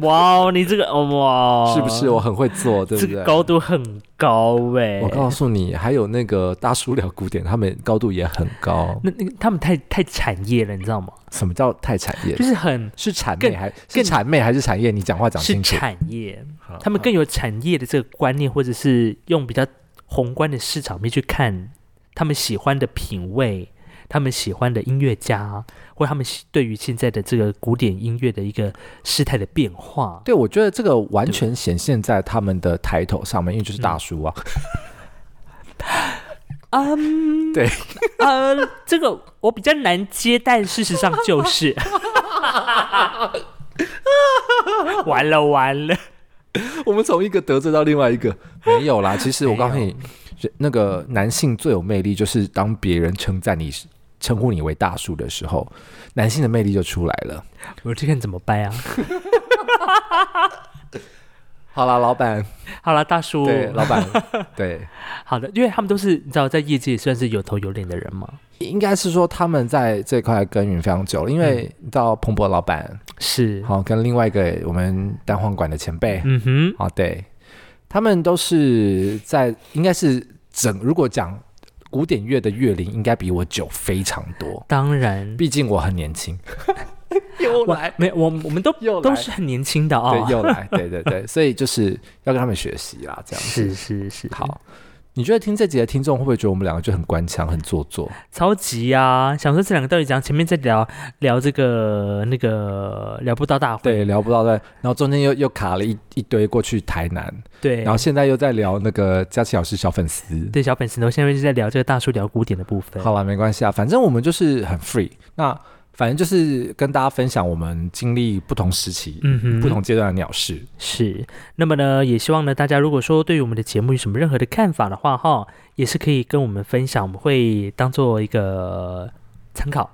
[SPEAKER 1] 哇哦，你这个哦哇哦，
[SPEAKER 2] 是不是？我很会做，对不
[SPEAKER 1] 这
[SPEAKER 2] 对
[SPEAKER 1] 个？高度很高哎、
[SPEAKER 2] 我告诉你，还有那个大叔聊古典，他们高度也很高。
[SPEAKER 1] 那那个他们太太产业了，你知道吗？
[SPEAKER 2] 什么叫太产业
[SPEAKER 1] 就？是很
[SPEAKER 2] 是谄媚
[SPEAKER 1] 更
[SPEAKER 2] 还是
[SPEAKER 1] 更
[SPEAKER 2] 谄媚还是产业？你讲话讲
[SPEAKER 1] 是
[SPEAKER 2] 清楚。
[SPEAKER 1] 产业，
[SPEAKER 2] 好
[SPEAKER 1] 他们
[SPEAKER 2] 好
[SPEAKER 1] 更有产业的这个观念，或者是用比较宏观的市场面去看他们喜欢的品味，他们喜欢的音乐家，或他们喜对于现在的这个古典音乐的一个事态的变化。
[SPEAKER 2] 对，我觉得这个完全显现在他们的抬头上面，因为就是大叔啊。
[SPEAKER 1] 嗯，
[SPEAKER 2] 对，
[SPEAKER 1] 呃，这个我比较难接，但事实上 就是，完了完了，
[SPEAKER 2] 我们从一个得罪到另外一个，没有 啦。其实我告诉
[SPEAKER 1] 没
[SPEAKER 2] 你，人那个男性最有魅力就是当别人称赞你、称呼你为大叔的时候，男性的魅力就出来了。
[SPEAKER 1] 我这个人怎么办啊？
[SPEAKER 2] 好啦，老板，
[SPEAKER 1] 好了，大叔，
[SPEAKER 2] 对，老 板，对，
[SPEAKER 1] 好的，因为他们都是你知道，在业界算是有头有脸的人嘛。
[SPEAKER 2] 应该是说他们在这块耕耘非常久了，因为
[SPEAKER 1] 嗯
[SPEAKER 2] 你知道彭博老板，
[SPEAKER 1] 是，
[SPEAKER 2] 好、跟另外一个我们单簧管的前辈，
[SPEAKER 1] 嗯哼，
[SPEAKER 2] 好、对，他们都是在应该是整，如果讲古典乐的乐龄，应该比我久非常多，
[SPEAKER 1] 当然，
[SPEAKER 2] 毕竟我很年 轻。
[SPEAKER 1] 我没有我我们都
[SPEAKER 2] 又来
[SPEAKER 1] 都是很年轻的
[SPEAKER 2] 对，
[SPEAKER 1] 哦，
[SPEAKER 2] 又来，对对 对，所以就是要跟他们学习啦，这样子。
[SPEAKER 1] 是是是，
[SPEAKER 2] 好，你觉得听这集的听众会不会觉得我们两个就很官腔、很做作？
[SPEAKER 1] 超级啊！想说这两个到底讲前面在聊聊这个那个聊不到大会，
[SPEAKER 2] 对，聊不到对，然后中间又又卡了一一堆过去台南，
[SPEAKER 1] 对，
[SPEAKER 2] 然后现在又在聊那个佳琪老师小粉丝。
[SPEAKER 1] 对小粉丝，我现在是在聊这个大叔聊古典的部分。
[SPEAKER 2] 好了，没关系啊，反正我们就是很 free。那反正就是跟大家分享我们经历不同时期、
[SPEAKER 1] 嗯哼，
[SPEAKER 2] 不同阶段的 鸟事。
[SPEAKER 1] 是，那么呢，也希望呢，大家如果说对于我们的节目有什么任何的看法的话，哈，也是可以跟我们分享，我们会当做一个参考。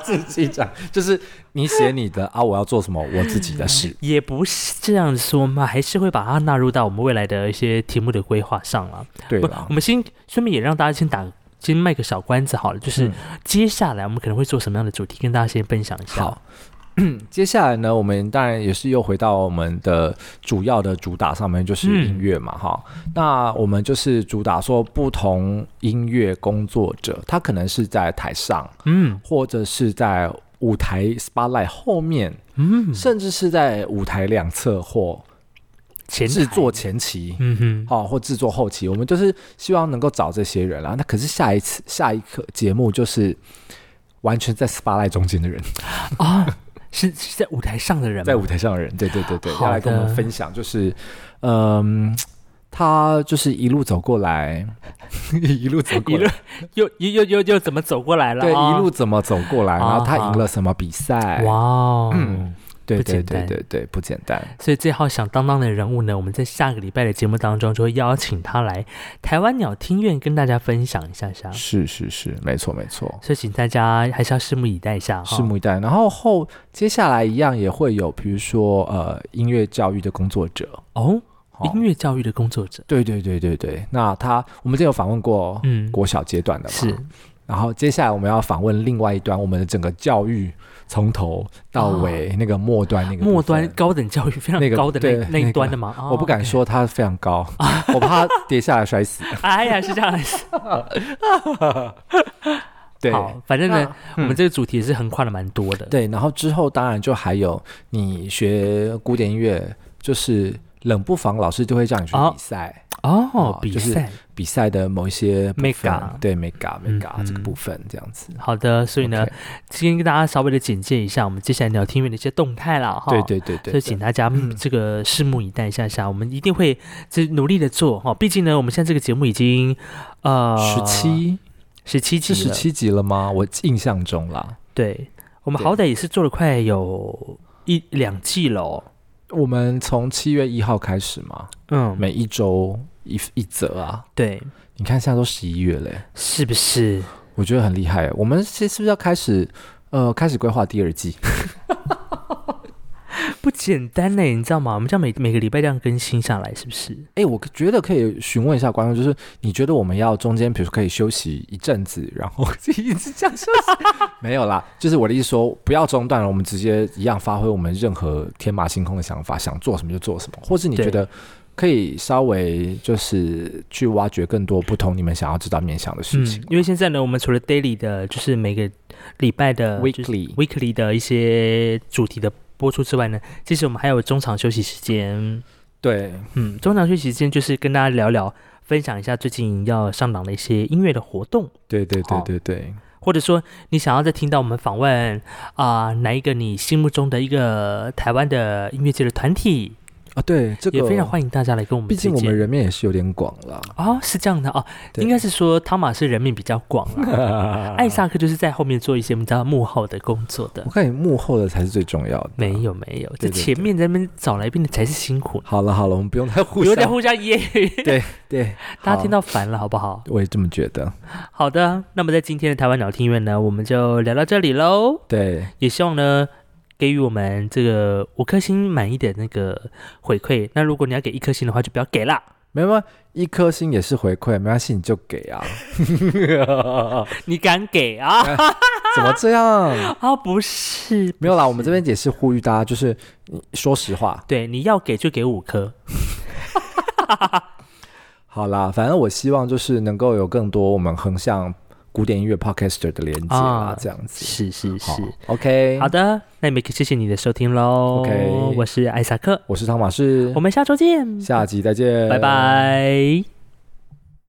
[SPEAKER 2] 自己讲，就是你写你的啊，我要做什么我自己的事。
[SPEAKER 1] 也不是这样说嘛，还是会把它纳入到我们未来的一些题目的规划上了。
[SPEAKER 2] 对啊
[SPEAKER 1] 不
[SPEAKER 2] 啦，
[SPEAKER 1] 我们先顺便也让大家先打，先卖个小关子好了，就是
[SPEAKER 2] 嗯
[SPEAKER 1] 接下来我们可能会做什么样的主题，跟大家先分享一下。
[SPEAKER 2] 好， 接下来呢，我们当然也是又回到我们的主要的主打上面，就是
[SPEAKER 1] 嗯
[SPEAKER 2] 音乐嘛，哈、那我们就是主打说，不同音乐工作者，他可能是在台上，
[SPEAKER 1] 嗯
[SPEAKER 2] 或者是在舞台 spotlight 后面，
[SPEAKER 1] 嗯，
[SPEAKER 2] 甚至是在舞台两侧或
[SPEAKER 1] 前
[SPEAKER 2] 制
[SPEAKER 1] 台
[SPEAKER 2] 作，前期。
[SPEAKER 1] 嗯哼，
[SPEAKER 2] 哦，或制作后期，我们就是希望能够找这些人啦。啊那可是下一次下一个节目就是完全在 spotlight 中间的人，
[SPEAKER 1] 啊，是是在舞台上的人吗，
[SPEAKER 2] 哦在舞台上的人，对对对对，
[SPEAKER 1] 好的
[SPEAKER 2] 要来跟我们分享，就是，嗯，他就是一路走过来，一路走
[SPEAKER 1] 一
[SPEAKER 2] 过
[SPEAKER 1] 路
[SPEAKER 2] 来，
[SPEAKER 1] 又又又又又怎么走过来了？
[SPEAKER 2] 对，
[SPEAKER 1] 啊
[SPEAKER 2] 一路怎么走过来，然后他
[SPEAKER 1] 啊
[SPEAKER 2] 赢了什么比赛，
[SPEAKER 1] 哇哦，
[SPEAKER 2] 嗯对
[SPEAKER 1] 不
[SPEAKER 2] 对
[SPEAKER 1] 简
[SPEAKER 2] 对
[SPEAKER 1] 单啊
[SPEAKER 2] 对对，不简单，
[SPEAKER 1] 所以这号响当当的人物呢，我们在下个礼拜的节目当中就会邀请他来台湾鸟听院跟大家分享一下下，
[SPEAKER 2] 是是是，没错没错。
[SPEAKER 1] 所以请大家还是要拭目以待一下哈。
[SPEAKER 2] 拭目以待，然后后接下来一样也会有，比如说呃音乐教育的工作者，
[SPEAKER 1] 哦，
[SPEAKER 2] 哦
[SPEAKER 1] 音乐教育的工作者，
[SPEAKER 2] 对对对对对，那他我们之前有访问过
[SPEAKER 1] 嗯，
[SPEAKER 2] 国小阶段的嘛，
[SPEAKER 1] 是
[SPEAKER 2] 然后接下来我们要访问另外一端，我们的整个教育从头到尾、那个末端那个部
[SPEAKER 1] 啊末端
[SPEAKER 2] 分。
[SPEAKER 1] 高等教育非
[SPEAKER 2] 那
[SPEAKER 1] 常
[SPEAKER 2] 个
[SPEAKER 1] 高的那
[SPEAKER 2] 对
[SPEAKER 1] 那一
[SPEAKER 2] 那
[SPEAKER 1] 端
[SPEAKER 2] 个
[SPEAKER 1] 的吗？哦
[SPEAKER 2] 我不敢
[SPEAKER 1] OK
[SPEAKER 2] 说它非 常高，我怕它跌下来摔死。
[SPEAKER 1] 哎呀，是这样子。
[SPEAKER 2] 对
[SPEAKER 1] 好，反正呢，我
[SPEAKER 2] 嗯
[SPEAKER 1] 们这个主题也是横跨的蛮多的。，
[SPEAKER 2] 对，然后之后当然就还有你学古典音乐，就是冷不防老师就会叫你去
[SPEAKER 1] 哦
[SPEAKER 2] 比赛，
[SPEAKER 1] 哦
[SPEAKER 2] 哦，
[SPEAKER 1] 比
[SPEAKER 2] 就是
[SPEAKER 1] 赛，
[SPEAKER 2] 比赛的某一些部
[SPEAKER 1] Mega
[SPEAKER 2] 分，对 mega
[SPEAKER 1] 嗯
[SPEAKER 2] mega 这个
[SPEAKER 1] 嗯
[SPEAKER 2] 部分这样子。
[SPEAKER 1] 好的，所以呢
[SPEAKER 2] OK，
[SPEAKER 1] 先跟大家稍微的简介一下我们接下来聊天院的一些动态啦，哈。
[SPEAKER 2] 对对对
[SPEAKER 1] 哦
[SPEAKER 2] 对
[SPEAKER 1] 所以
[SPEAKER 2] 对，
[SPEAKER 1] 请大家嗯这个拭目以待一下下，我们一定会这努力的做哈。毕竟呢，我们现在这个节目已经呃
[SPEAKER 2] 十七
[SPEAKER 1] 十七
[SPEAKER 2] 是
[SPEAKER 1] 集
[SPEAKER 2] 十
[SPEAKER 1] 了，
[SPEAKER 2] 七集了吗？我印象中啦，
[SPEAKER 1] 对我们
[SPEAKER 2] 对
[SPEAKER 1] 好歹也是做了快有一两季了哦。
[SPEAKER 2] 我们从七月一号开始嘛，
[SPEAKER 1] 嗯，
[SPEAKER 2] 每一周一一则啊。
[SPEAKER 1] 对，
[SPEAKER 2] 你看现在都十一月嘞，
[SPEAKER 1] 是不是？
[SPEAKER 2] 我觉得很厉害。我们是是不是要开始呃开始规划第二季？
[SPEAKER 1] 不简单呢，你知道吗？我们这样每每个礼拜这样更新下来，是不 是？
[SPEAKER 2] 哎、我觉得可以询问一下观众，就是你觉得我们要中间，比如说可以休息一阵子，然后一直这样休息？没有啦，就是我的意思说，不要中断了，我们直接一样发挥我们任何天马行空的想法，想做什么就做什么，或是你
[SPEAKER 1] 对
[SPEAKER 2] 觉得可以稍微就是去挖掘更多不同你们想要知道面向的事情
[SPEAKER 1] 嗯。，因为现在呢，我们除了 daily 的，就是每个礼拜的嗯就是
[SPEAKER 2] weekly
[SPEAKER 1] weekly 的一些主题的播出之外呢，其实我们还有中场休息时间。
[SPEAKER 2] 对，
[SPEAKER 1] 嗯，中场休息时间就是跟大家聊聊，分享一下最近要上档的一些音乐的活动，
[SPEAKER 2] 对对对
[SPEAKER 1] 好
[SPEAKER 2] 对对，
[SPEAKER 1] 或者说你想要再听到我们访问啊、哪一个你心目中的一个台湾的音乐界的团体，
[SPEAKER 2] 啊，对这个
[SPEAKER 1] 也非常欢迎大家来跟我们
[SPEAKER 2] 毕
[SPEAKER 1] 推荐。
[SPEAKER 2] 竟我们人面也是有点广 啦，
[SPEAKER 1] 哦，是这样的哦，
[SPEAKER 2] 对
[SPEAKER 1] 应该是说汤马是人面比较广 了，艾萨克就是在后面做一些比较幕后的工作的
[SPEAKER 2] 我。看你幕后的才是最重要的。
[SPEAKER 1] 没有没有，这
[SPEAKER 2] 对对
[SPEAKER 1] 前面在那边找来宾的才是辛苦，
[SPEAKER 2] 好了好了，我们不用太互
[SPEAKER 1] 有
[SPEAKER 2] 相
[SPEAKER 1] 点互相揶揄，
[SPEAKER 2] 对对，
[SPEAKER 1] 大家
[SPEAKER 2] 好
[SPEAKER 1] 听到烦了好不好？
[SPEAKER 2] 我也这么觉得。
[SPEAKER 1] 好的，那么在今天的台湾聊天院呢，我们就聊到这里喽。
[SPEAKER 2] 对，
[SPEAKER 1] 也希望呢，给予我们这个五颗星满意的那个回馈。那如果你要给一颗星的话，就不要给啦，
[SPEAKER 2] 没有一颗星也是回馈，没关系，你就给 啊。
[SPEAKER 1] 你敢给啊？
[SPEAKER 2] 怎么这样？
[SPEAKER 1] 啊，不是，
[SPEAKER 2] 没有啦，我们这边也是呼吁大家，就是你说实话。
[SPEAKER 1] 对，你要给就给五颗。
[SPEAKER 2] 好啦，反正我希望就是能够有更多我们横向古典音乐 podcaster 的连接啦
[SPEAKER 1] 啊，
[SPEAKER 2] 这样子。
[SPEAKER 1] 是是
[SPEAKER 2] 好
[SPEAKER 1] 是，
[SPEAKER 2] ，OK，
[SPEAKER 1] 好，的，那也没谢谢你的收听喽。
[SPEAKER 2] OK
[SPEAKER 1] 我是艾萨克，
[SPEAKER 2] 我是汤马士
[SPEAKER 1] 我，们下周见，
[SPEAKER 2] 下集再见，
[SPEAKER 1] 拜。拜。